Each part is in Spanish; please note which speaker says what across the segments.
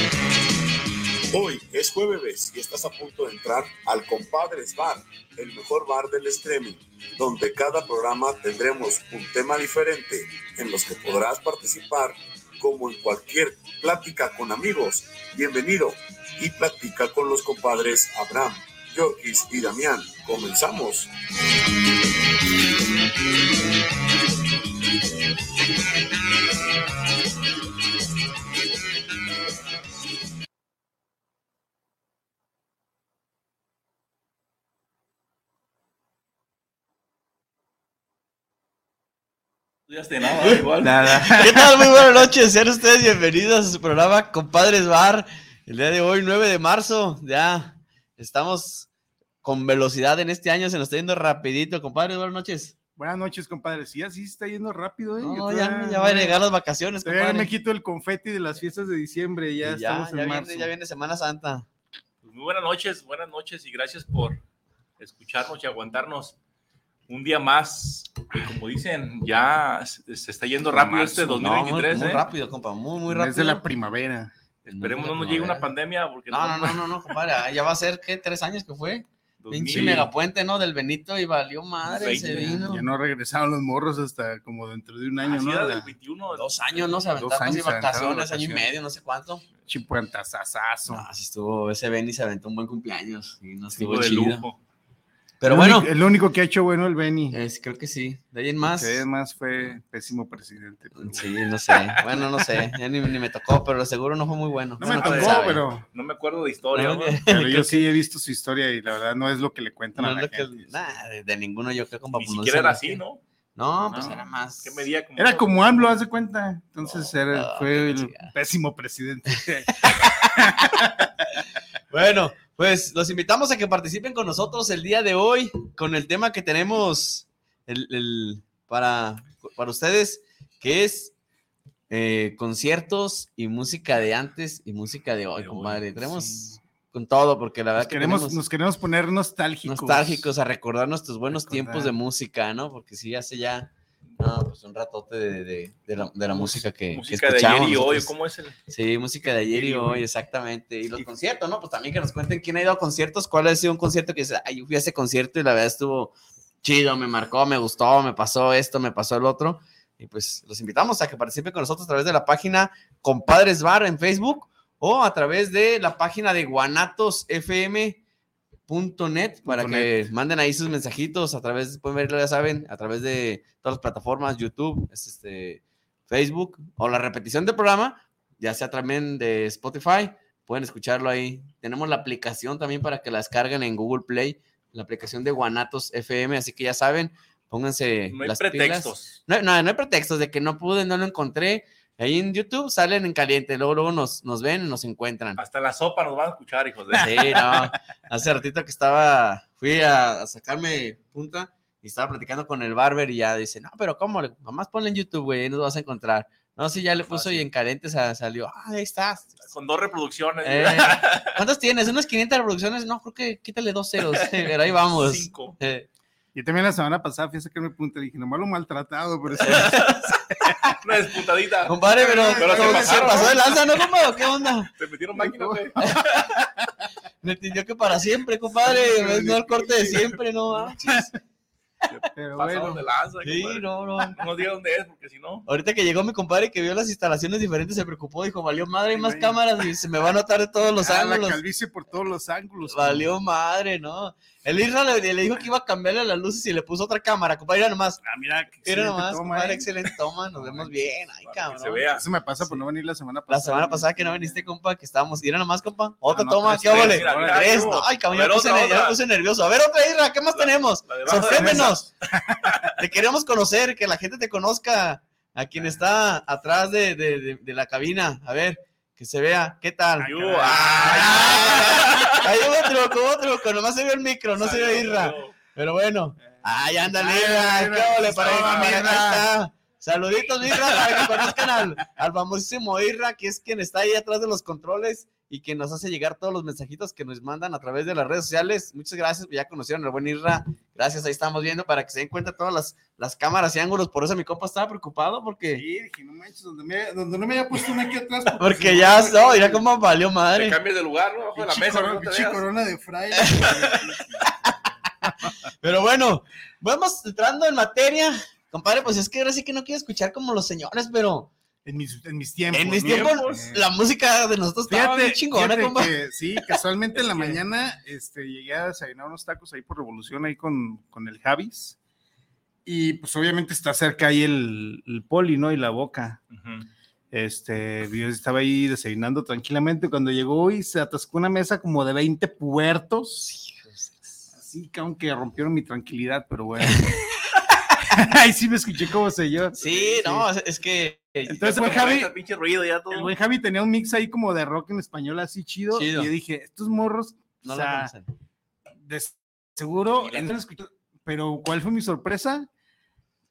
Speaker 1: beyond. Hoy es jueves y estás a punto de entrar al Compadres Bar, el mejor bar del streaming, donde cada programa tendremos un tema diferente en los que podrás participar como en cualquier plática con amigos. Bienvenido y platica con los compadres Abraham, Jorgis y Damián. Comenzamos.
Speaker 2: Nada, igual. Nada.
Speaker 3: ¿Qué tal? Muy buenas noches, sean ustedes bienvenidos a su programa Compadres Bar. El día de hoy, 9 de marzo, ya estamos con velocidad en este año, se nos está yendo rapidito. Compadres, buenas noches.
Speaker 4: Buenas noches, compadre. Sí, así se está yendo rápido, ¿eh?
Speaker 3: No, ya, ya, va a llegar las vacaciones,
Speaker 4: compadre. Ya me quito el confeti de las fiestas de diciembre, ya,
Speaker 3: ya
Speaker 4: estamos en
Speaker 3: ya
Speaker 4: marzo.
Speaker 3: Viene, ya viene Semana Santa.
Speaker 2: Pues muy buenas noches, buenas noches y gracias por escucharnos y aguantarnos un día más. Y como dicen, ya se, se está yendo rápido marzo, este 2023.
Speaker 3: No, muy,
Speaker 2: ¿eh?
Speaker 3: muy, rápido, compa, muy, muy rápido.
Speaker 4: Es de la primavera.
Speaker 2: Esperemos no nos llegue una pandemia. Porque
Speaker 3: no, no, no, no, no, compadre. ah, Ya va a ser, ¿qué? ¿Tres años que fue? Pinche megapuente, ¿no? Del Benito y valió madre. Se vino.
Speaker 4: Ya no regresaron los morros hasta como dentro de un año,
Speaker 2: Así
Speaker 4: ¿no?
Speaker 2: Era del 21,
Speaker 3: dos años, ¿no? Se aventaron dos años, vacaciones, año y medio, no sé cuánto.
Speaker 4: Chipuantazazazo.
Speaker 3: No, así estuvo. Ese Benny se aventó un buen cumpleaños y no estuvo
Speaker 2: de
Speaker 3: chido.
Speaker 2: lujo.
Speaker 3: Pero
Speaker 4: el
Speaker 3: bueno.
Speaker 4: Único, el único que ha hecho bueno el Benny.
Speaker 3: Es, creo que sí. De ahí en más.
Speaker 4: De ahí en más fue pésimo presidente.
Speaker 3: Pero... Sí, no sé. Bueno, no sé. Ya ni, ni, me tocó, pero seguro no fue muy bueno.
Speaker 4: No me no tocó, pero.
Speaker 2: No me acuerdo de historia.
Speaker 4: No,
Speaker 2: bueno.
Speaker 4: Pero yo sí he visto su historia y la verdad no es lo que le cuentan no a la gente. Que,
Speaker 3: nah, de, de, ninguno yo creo como
Speaker 2: Ni siquiera era así, ¿no?
Speaker 3: No, pues era más.
Speaker 2: ¿Qué medía como
Speaker 4: era como AMLO, haz de cuenta. Entonces era, fue el pésimo presidente.
Speaker 3: bueno, pues los invitamos a que participen con nosotros el día de hoy con el tema que tenemos el, el, para, para ustedes, que es eh, conciertos y música de antes y música de hoy, de compadre. Hoy, tenemos sí. con todo, porque la verdad
Speaker 4: nos que queremos, tenemos, nos queremos poner nostálgicos.
Speaker 3: Nostálgicos, a recordar nuestros buenos recordar. tiempos de música, ¿no? Porque sí, hace ya... No, pues un ratote de, de, de la, de la música que,
Speaker 2: música
Speaker 3: que
Speaker 2: de ayer y hoy, ¿cómo es el?
Speaker 3: Sí, música de ayer y hoy, exactamente. Y los sí. conciertos, ¿no? Pues también que nos cuenten quién ha ido a conciertos, cuál ha sido un concierto que dice, ay, yo fui a ese concierto y la verdad estuvo chido, me marcó, me gustó, me pasó esto, me pasó el otro. Y pues los invitamos a que participen con nosotros a través de la página Compadres Bar en Facebook o a través de la página de Guanatos FM. Punto net para punto que net. manden ahí sus mensajitos a través, pueden verlo, ya saben, a través de todas las plataformas, YouTube, este, Facebook o la repetición del programa, ya sea también de Spotify, pueden escucharlo ahí. Tenemos la aplicación también para que la descarguen en Google Play, la aplicación de Guanatos FM, así que ya saben, pónganse
Speaker 2: no hay
Speaker 3: las
Speaker 2: pretextos.
Speaker 3: Pilas. No, no, no hay pretextos de que no pude, no lo encontré. Ahí en YouTube salen en caliente, luego, luego nos, nos ven y nos encuentran.
Speaker 2: Hasta la sopa nos van a escuchar, hijos de.
Speaker 3: Sí, no. Hace ratito que estaba, fui a, a, sacarme punta y estaba platicando con el barber y ya dice, no, pero ¿cómo? Nomás ponle en YouTube, güey, ahí nos vas a encontrar. No, sí, ya le puso ah, sí. y en caliente salió. Ah, ahí estás.
Speaker 2: Con dos reproducciones.
Speaker 3: Eh, ¿Cuántas tienes? ¿Unas 500 reproducciones? No, creo que quítale dos ceros. eh, pero ahí vamos.
Speaker 2: Cinco.
Speaker 3: Eh.
Speaker 4: Yo también la semana pasada fui a sacarme punta y dije, nomás lo maltratado, pero eso...
Speaker 2: Una despuntadita.
Speaker 3: Compadre, pero,
Speaker 2: pero se, pasaron,
Speaker 3: pasó de lanza, ¿no, compadre? ¿Qué onda?
Speaker 2: Se metieron máquinas, güey.
Speaker 3: Me entendió que para siempre, compadre. No el corte de siempre, no manches.
Speaker 2: Pero bueno, de lanza,
Speaker 3: sí, no, no.
Speaker 2: No diga dónde es, porque si no.
Speaker 3: Ahorita que llegó mi compadre que vio las instalaciones diferentes, se preocupó, dijo, valió madre, hay más sí, cámaras y se me va a notar de todos los
Speaker 4: ah,
Speaker 3: ángulos.
Speaker 4: La calvicie por todos los ángulos.
Speaker 3: Valió como. madre, ¿no? El Israel le, le, dijo que iba a cambiarle las luces y le puso otra cámara, compadre, era nomás.
Speaker 4: Ah, mira,
Speaker 3: era nomás, toma, compadre, eh. excelente toma, nos vemos bien, ay,
Speaker 2: Para
Speaker 3: cabrón.
Speaker 2: Que se vea.
Speaker 4: Eso me pasa por no venir la semana
Speaker 3: pasada. La semana pasada que no viniste, compa, que estábamos, y era nomás, compa, otra ah, no, toma, qué vale. Tres, no, ay, cabrón, ya me puse nervioso. A ver, otra Israel, ¿qué más tenemos? Sorpréndenos. te queremos conocer, que la gente te conozca, a quien está atrás de, de, de, de la cabina. A ver, que se vea, ¿qué tal?
Speaker 2: Ayú, ay, ay,
Speaker 3: ay, Ahí hubo truco, hubo truco, nomás se vio el micro, no se vio Irra. Pero bueno, Ay, ándale,
Speaker 4: Ay,
Speaker 3: mira,
Speaker 4: mira,
Speaker 3: ¿qué ole
Speaker 4: está
Speaker 3: para
Speaker 4: buena,
Speaker 3: Irra,
Speaker 4: mira.
Speaker 3: mira, ahí está. Saluditos, Irra, para que conozcan al, al famosísimo Irra, que es quien está ahí atrás de los controles y que nos hace llegar todos los mensajitos que nos mandan a través de las redes sociales. Muchas gracias, ya conocieron al buen Irra. Gracias, ahí estamos viendo para que se den cuenta todas las, las cámaras y ángulos. Por eso mi compa estaba preocupado porque,
Speaker 4: Sí, dije, no manches, donde, me- donde no me haya puesto una aquí atrás.
Speaker 3: porque ya, no, mira
Speaker 4: como
Speaker 3: cómo valió
Speaker 2: Te
Speaker 3: madre.
Speaker 2: cambias de lugar, ¿no? Bajo de la mesa. no te veas.
Speaker 4: corona de fray.
Speaker 3: Pero bueno, vamos entrando en materia. Compadre, pues es que ahora sí que no quiero escuchar como los señores, pero
Speaker 4: en, mis, en mis tiempos.
Speaker 3: en mis
Speaker 4: ¿no?
Speaker 3: tiempos
Speaker 4: Eh,
Speaker 3: la música de nosotros estaba bien
Speaker 4: Fíjate,
Speaker 3: chingona,
Speaker 4: fíjate
Speaker 3: compa.
Speaker 4: que sí, casualmente en la mañana este, llegué a desayunar unos tacos ahí por Revolución, ahí con, con el Javis. Y pues obviamente está cerca ahí el, el poli, ¿no? Y la boca.
Speaker 2: Ujú.
Speaker 4: Este, yo estaba ahí desayunando tranquilamente cuando llegó y se atascó una mesa como de 20 puertos. Así que aunque rompieron mi tranquilidad, pero bueno. Ahí sí me escuché como se yo.
Speaker 3: Sí, no, es, es que
Speaker 4: Entonces,
Speaker 2: Ya
Speaker 4: buen
Speaker 2: se me
Speaker 4: Javi-
Speaker 2: fue ese pinche ruido ya todo.
Speaker 4: El buen Javi tenía un mix ahí como de rock en español así chido.
Speaker 3: Chido.
Speaker 4: Y yo dije, estos morros,
Speaker 3: no
Speaker 4: o
Speaker 3: la
Speaker 4: sea,
Speaker 3: conocen.
Speaker 4: de seguro, entran a escuchar- pero ¿cuál fue mi sorpresa?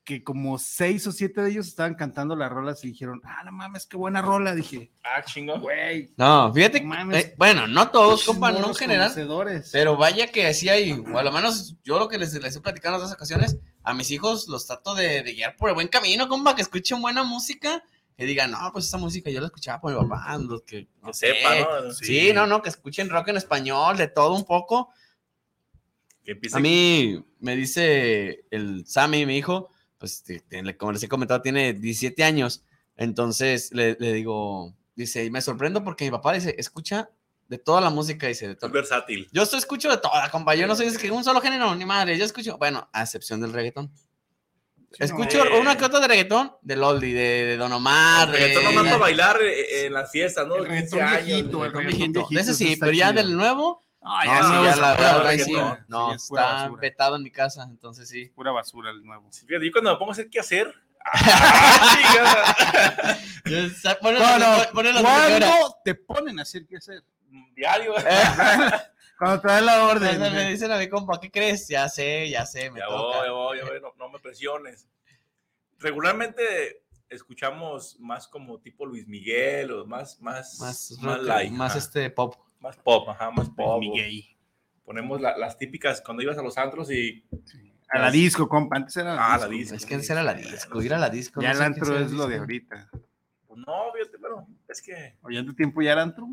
Speaker 4: Que como seis o siete de ellos estaban cantando las rolas y dijeron, ah, no mames, qué buena rola. Dije,
Speaker 2: Ah, chingón.
Speaker 4: güey,
Speaker 3: No, fíjate,
Speaker 4: No
Speaker 3: que-
Speaker 4: mames.
Speaker 3: eh, bueno, no todos,
Speaker 4: pinches
Speaker 3: compa, no en
Speaker 4: morros
Speaker 3: general, Eh,
Speaker 4: conocedores.
Speaker 3: pero vaya que así hay, o a lo menos yo lo que les, les he platicado en otras ocasiones, a mis hijos los trato de, de guiar por el buen camino, compa, que escuchen buena música, que digan, no, pues esa música yo la escuchaba por mi papá, los que, no
Speaker 2: Que
Speaker 3: sé,
Speaker 2: sepa, ¿no?
Speaker 3: Sí, no, no, que escuchen rock en español, de todo un poco.
Speaker 2: Que empiece.
Speaker 3: A mí me dice el Sammy, mi hijo, pues te- te- le- como les he comentado, tiene 17 años. Entonces le, le digo, dice, y me sorprendo porque mi papá dice, escucha de toda la música, dice, de
Speaker 2: Es
Speaker 3: todo.
Speaker 2: versátil.
Speaker 3: Yo esto escucho de toda, compa. Yo no soy es que un solo género, ni madre. Yo escucho, bueno, a excepción del reggaetón.
Speaker 4: no.
Speaker 3: Escucho
Speaker 2: Eh.
Speaker 3: una que otra de reggaetón, de Loldi, de, de Don Omar. de-
Speaker 2: Reggaetón nomás para bailar eh, eh, en las fiestas, ¿no?
Speaker 4: El
Speaker 2: 15
Speaker 4: reggaetón
Speaker 2: años.
Speaker 4: viejito, el
Speaker 3: reggaetón
Speaker 4: reggaetón
Speaker 3: viejito.
Speaker 4: viejito,
Speaker 3: De ese
Speaker 4: eso
Speaker 3: sí,
Speaker 4: está
Speaker 3: pero ya
Speaker 4: chido.
Speaker 3: del nuevo,
Speaker 4: Ah,
Speaker 3: no, sí,
Speaker 2: no,
Speaker 3: ya
Speaker 2: es
Speaker 3: la
Speaker 4: pura
Speaker 3: verdad, ahí sí,
Speaker 4: basura,
Speaker 3: no,
Speaker 4: sí, es pura
Speaker 3: está
Speaker 4: basura.
Speaker 3: vetado en mi casa, entonces sí.
Speaker 4: Pura basura el nuevo.
Speaker 2: Sí, fíjate, Yo cuando me pongo a hacer qué hacer. Ah, chingada.
Speaker 3: Ponle la- pon- ponle la señora.
Speaker 4: ¿cuándo te ponen a hacer qué hacer?
Speaker 2: Diario.
Speaker 4: Cuando te da la orden.
Speaker 3: Entonces Me
Speaker 4: güey.
Speaker 3: dicen a mi compa, ¿qué crees? Ya sé, ya sé, me
Speaker 2: Ya voy,
Speaker 3: toca.
Speaker 2: ya voy, ya voy, no, no me presiones. Regularmente escuchamos más como tipo Luis Miguel o más, más,
Speaker 3: Más,
Speaker 2: más
Speaker 3: rock,
Speaker 2: light,
Speaker 3: más
Speaker 2: ajá.
Speaker 3: este pop.
Speaker 2: Más pop, ajá, más
Speaker 4: Pues,
Speaker 2: pop.
Speaker 4: Miguel.
Speaker 2: Ponemos la- las típicas cuando ibas a los antros y
Speaker 4: A la disco, compa. Antes era
Speaker 2: Ah, la disco.
Speaker 3: Es que antes era la disco, ir a la disco.
Speaker 4: Ya
Speaker 3: no
Speaker 4: el
Speaker 3: sé qué
Speaker 4: antro
Speaker 3: sea
Speaker 4: es lo de
Speaker 3: disco.
Speaker 4: ahorita.
Speaker 2: pues no, fíjate, bueno, es que
Speaker 4: ¿O ya en tu tiempo ya era antro?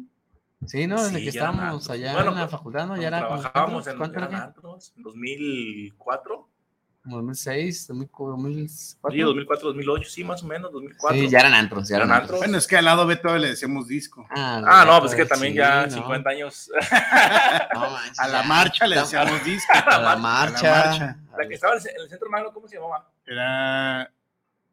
Speaker 3: Sí, ¿no? Desde
Speaker 2: Sí,
Speaker 3: que
Speaker 2: ya eran
Speaker 3: estábamos
Speaker 2: antros.
Speaker 3: allá
Speaker 2: Bueno,
Speaker 3: en la
Speaker 2: pues,
Speaker 3: facultad, ¿no?
Speaker 2: cuando
Speaker 3: Ya era como-
Speaker 2: trabajábamos en
Speaker 3: ¿Cuánto
Speaker 2: los
Speaker 3: era que?
Speaker 2: antros, 2004.
Speaker 3: Como 2006, 2004.
Speaker 2: Sí, 2004, 2008, sí, más o menos, 2004.
Speaker 3: Sí, ya eran antros, ya eran
Speaker 2: Eran
Speaker 3: antros.
Speaker 2: antros.
Speaker 4: Bueno, es que al lado B todavía le decíamos disco.
Speaker 2: Ah, no, pues
Speaker 3: sí,
Speaker 2: que también ya
Speaker 3: no.
Speaker 2: 50 años.
Speaker 3: No manches,
Speaker 4: A la
Speaker 3: ya.
Speaker 4: marcha le
Speaker 3: No,
Speaker 4: decíamos disco.
Speaker 3: A la
Speaker 4: A la
Speaker 3: marcha.
Speaker 4: marcha.
Speaker 2: La que estaba en el ce- en el centro magno, ¿cómo se llamaba?
Speaker 4: Era, era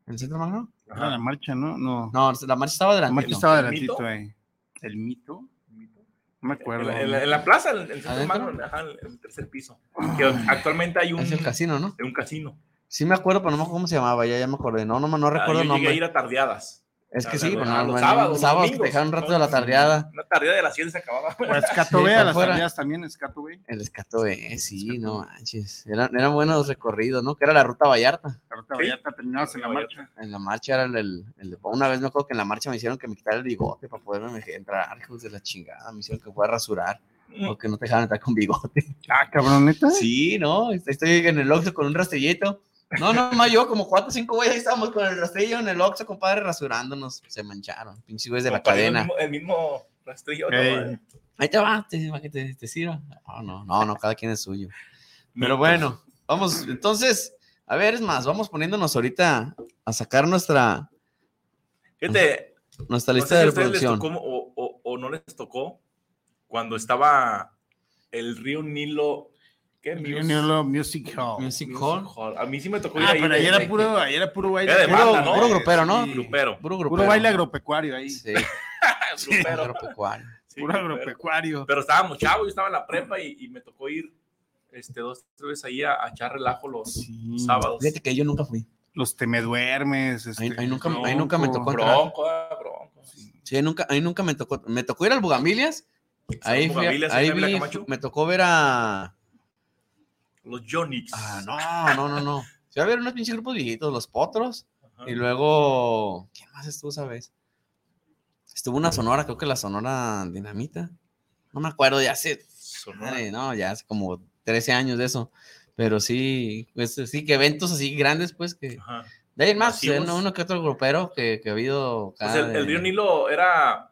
Speaker 3: ¿En Centro Magno?
Speaker 4: la marcha, ¿no? No.
Speaker 3: No, la marcha estaba
Speaker 4: la
Speaker 3: delante.
Speaker 4: marcha
Speaker 3: ¿no?
Speaker 4: estaba
Speaker 2: ¿El
Speaker 4: adelantito
Speaker 2: mito?
Speaker 4: ahí. ¿El mito? No me
Speaker 2: En
Speaker 4: acuerdo.
Speaker 2: la, en la- en la plaza, en el centro
Speaker 3: ¿Adentro? Ah,
Speaker 2: magno, ajá, en el tercer piso. Que actualmente hay un,
Speaker 3: Es el casino, ¿no?
Speaker 2: un casino.
Speaker 3: Sí me acuerdo, pero no me acuerdo cómo se llamaba, ya, ya me acordé. No, no, no
Speaker 2: Ah,
Speaker 3: recuerdo
Speaker 2: yo
Speaker 3: el
Speaker 2: llegué a
Speaker 3: nombre.
Speaker 2: ir a tardeadas.
Speaker 3: Es que
Speaker 2: A-
Speaker 3: sí,
Speaker 2: a-
Speaker 3: pero
Speaker 2: a
Speaker 3: no,
Speaker 2: los
Speaker 3: bueno,
Speaker 2: sábados,
Speaker 3: los
Speaker 2: los
Speaker 3: sábados que te
Speaker 2: domingos,
Speaker 3: dejaron un rato
Speaker 2: ¿no?
Speaker 3: de la tardeada.
Speaker 2: Una tardeada de las 7 se acababa.
Speaker 4: O Escato
Speaker 3: Sí,
Speaker 4: B,
Speaker 3: para
Speaker 4: a las
Speaker 3: afuera.
Speaker 4: salidas también, Escato B.
Speaker 3: El escato B, sí, no manches. Eran, eran buenos recorridos, ¿no? Que era la ruta Vallarta.
Speaker 4: La ruta
Speaker 2: Sí.
Speaker 4: Vallarta terminabas en la marcha.
Speaker 3: En la marcha era el, el, el- Una vez me acuerdo que en la marcha me hicieron que me quitara el bigote para poderme me- entrar, hijos de la chingada. Me hicieron que fuera a rasurar
Speaker 2: Mm.
Speaker 3: porque no te dejaban entrar con bigote.
Speaker 4: Ah, cabroneta.
Speaker 3: Sí, no, Este, estoy en el Oxxo con un rastrillito. No, no, más yo, como cuatro o cinco güeyes ahí estábamos con el rastrillo en el Oxxo, compadre, rasurándonos. Se mancharon, pinches güeyes de la
Speaker 2: Compartiendo
Speaker 3: cadena.
Speaker 2: El mismo, el mismo rastrillo. ¿no?
Speaker 4: Ey.
Speaker 3: Ahí te va, te, para que te, te sirva. No, no, no, no, cada quien es suyo. Pero
Speaker 2: Mitos.
Speaker 3: bueno, vamos, entonces, a ver, es más, vamos poniéndonos ahorita a sacar nuestra,
Speaker 2: Fíjate,
Speaker 3: nuestra
Speaker 2: No
Speaker 3: lista
Speaker 2: sé si a
Speaker 3: de
Speaker 2: ustedes les
Speaker 3: reproducción.
Speaker 2: tocó o, o- o no les tocó cuando estaba el río Nilo. ¿Qué?
Speaker 4: El
Speaker 2: Mus-
Speaker 4: Río Nilo Music Hall.
Speaker 3: Music
Speaker 2: Music
Speaker 3: Hall.
Speaker 2: Hall. A mí sí me tocó ir
Speaker 4: Ah,
Speaker 2: ahí
Speaker 4: pero
Speaker 2: de-
Speaker 4: ahí era
Speaker 2: de-
Speaker 4: puro, ahí era puro baile.
Speaker 2: Era de
Speaker 4: Puro-
Speaker 2: banda, ¿no?
Speaker 3: Puro grupero, ¿no?
Speaker 4: sí.
Speaker 2: Grupero.
Speaker 3: Puro grupero.
Speaker 4: Puro baile agropecuario ahí.
Speaker 3: Sí,
Speaker 2: Sí,
Speaker 3: puro
Speaker 2: grupero.
Speaker 3: agropecuario.
Speaker 2: Sí,
Speaker 4: puro
Speaker 2: grupero.
Speaker 4: agropecuario.
Speaker 2: Pero estábamos chavos, yo estaba en la prepa y, y me tocó ir este, dos, tres veces ahí a, a echar relajo los
Speaker 4: Sí.
Speaker 2: sábados.
Speaker 3: Fíjate que yo nunca fui.
Speaker 4: Los temeduermes. Este,
Speaker 3: Ahí- ahí nunca- ahí nunca me
Speaker 4: Bronco.
Speaker 3: tocó entrar.
Speaker 2: Bronco, ah, bronco.
Speaker 3: Sí, nunca, ahí nunca me tocó. Me tocó ir al Bugambilias. Ahí, fui a-
Speaker 2: Bugambilias,
Speaker 3: ahí
Speaker 2: en Ávila
Speaker 3: vi-
Speaker 2: Camacho.
Speaker 3: me tocó ver a,
Speaker 2: Los Jonix.
Speaker 3: Ah, no, no, no, no. Se va a ver unos pinches grupos viejitos, los potros.
Speaker 2: Ajá.
Speaker 3: Y luego. ¿Quién más estuvo esa vez? Estuvo una sonora, creo que la sonora dinamita. No me acuerdo, ya hace.
Speaker 2: Sonora.
Speaker 3: madre, no, ya hace como 13 años de eso. Pero sí, pues, sí, que eventos así grandes, pues que.
Speaker 2: Ajá.
Speaker 3: De ahí más, eh,
Speaker 2: Masivos.
Speaker 3: uno, uno que otro grupero que, que ha habido.
Speaker 2: Pues
Speaker 3: acá
Speaker 2: el, el
Speaker 3: de-
Speaker 2: Río Nilo era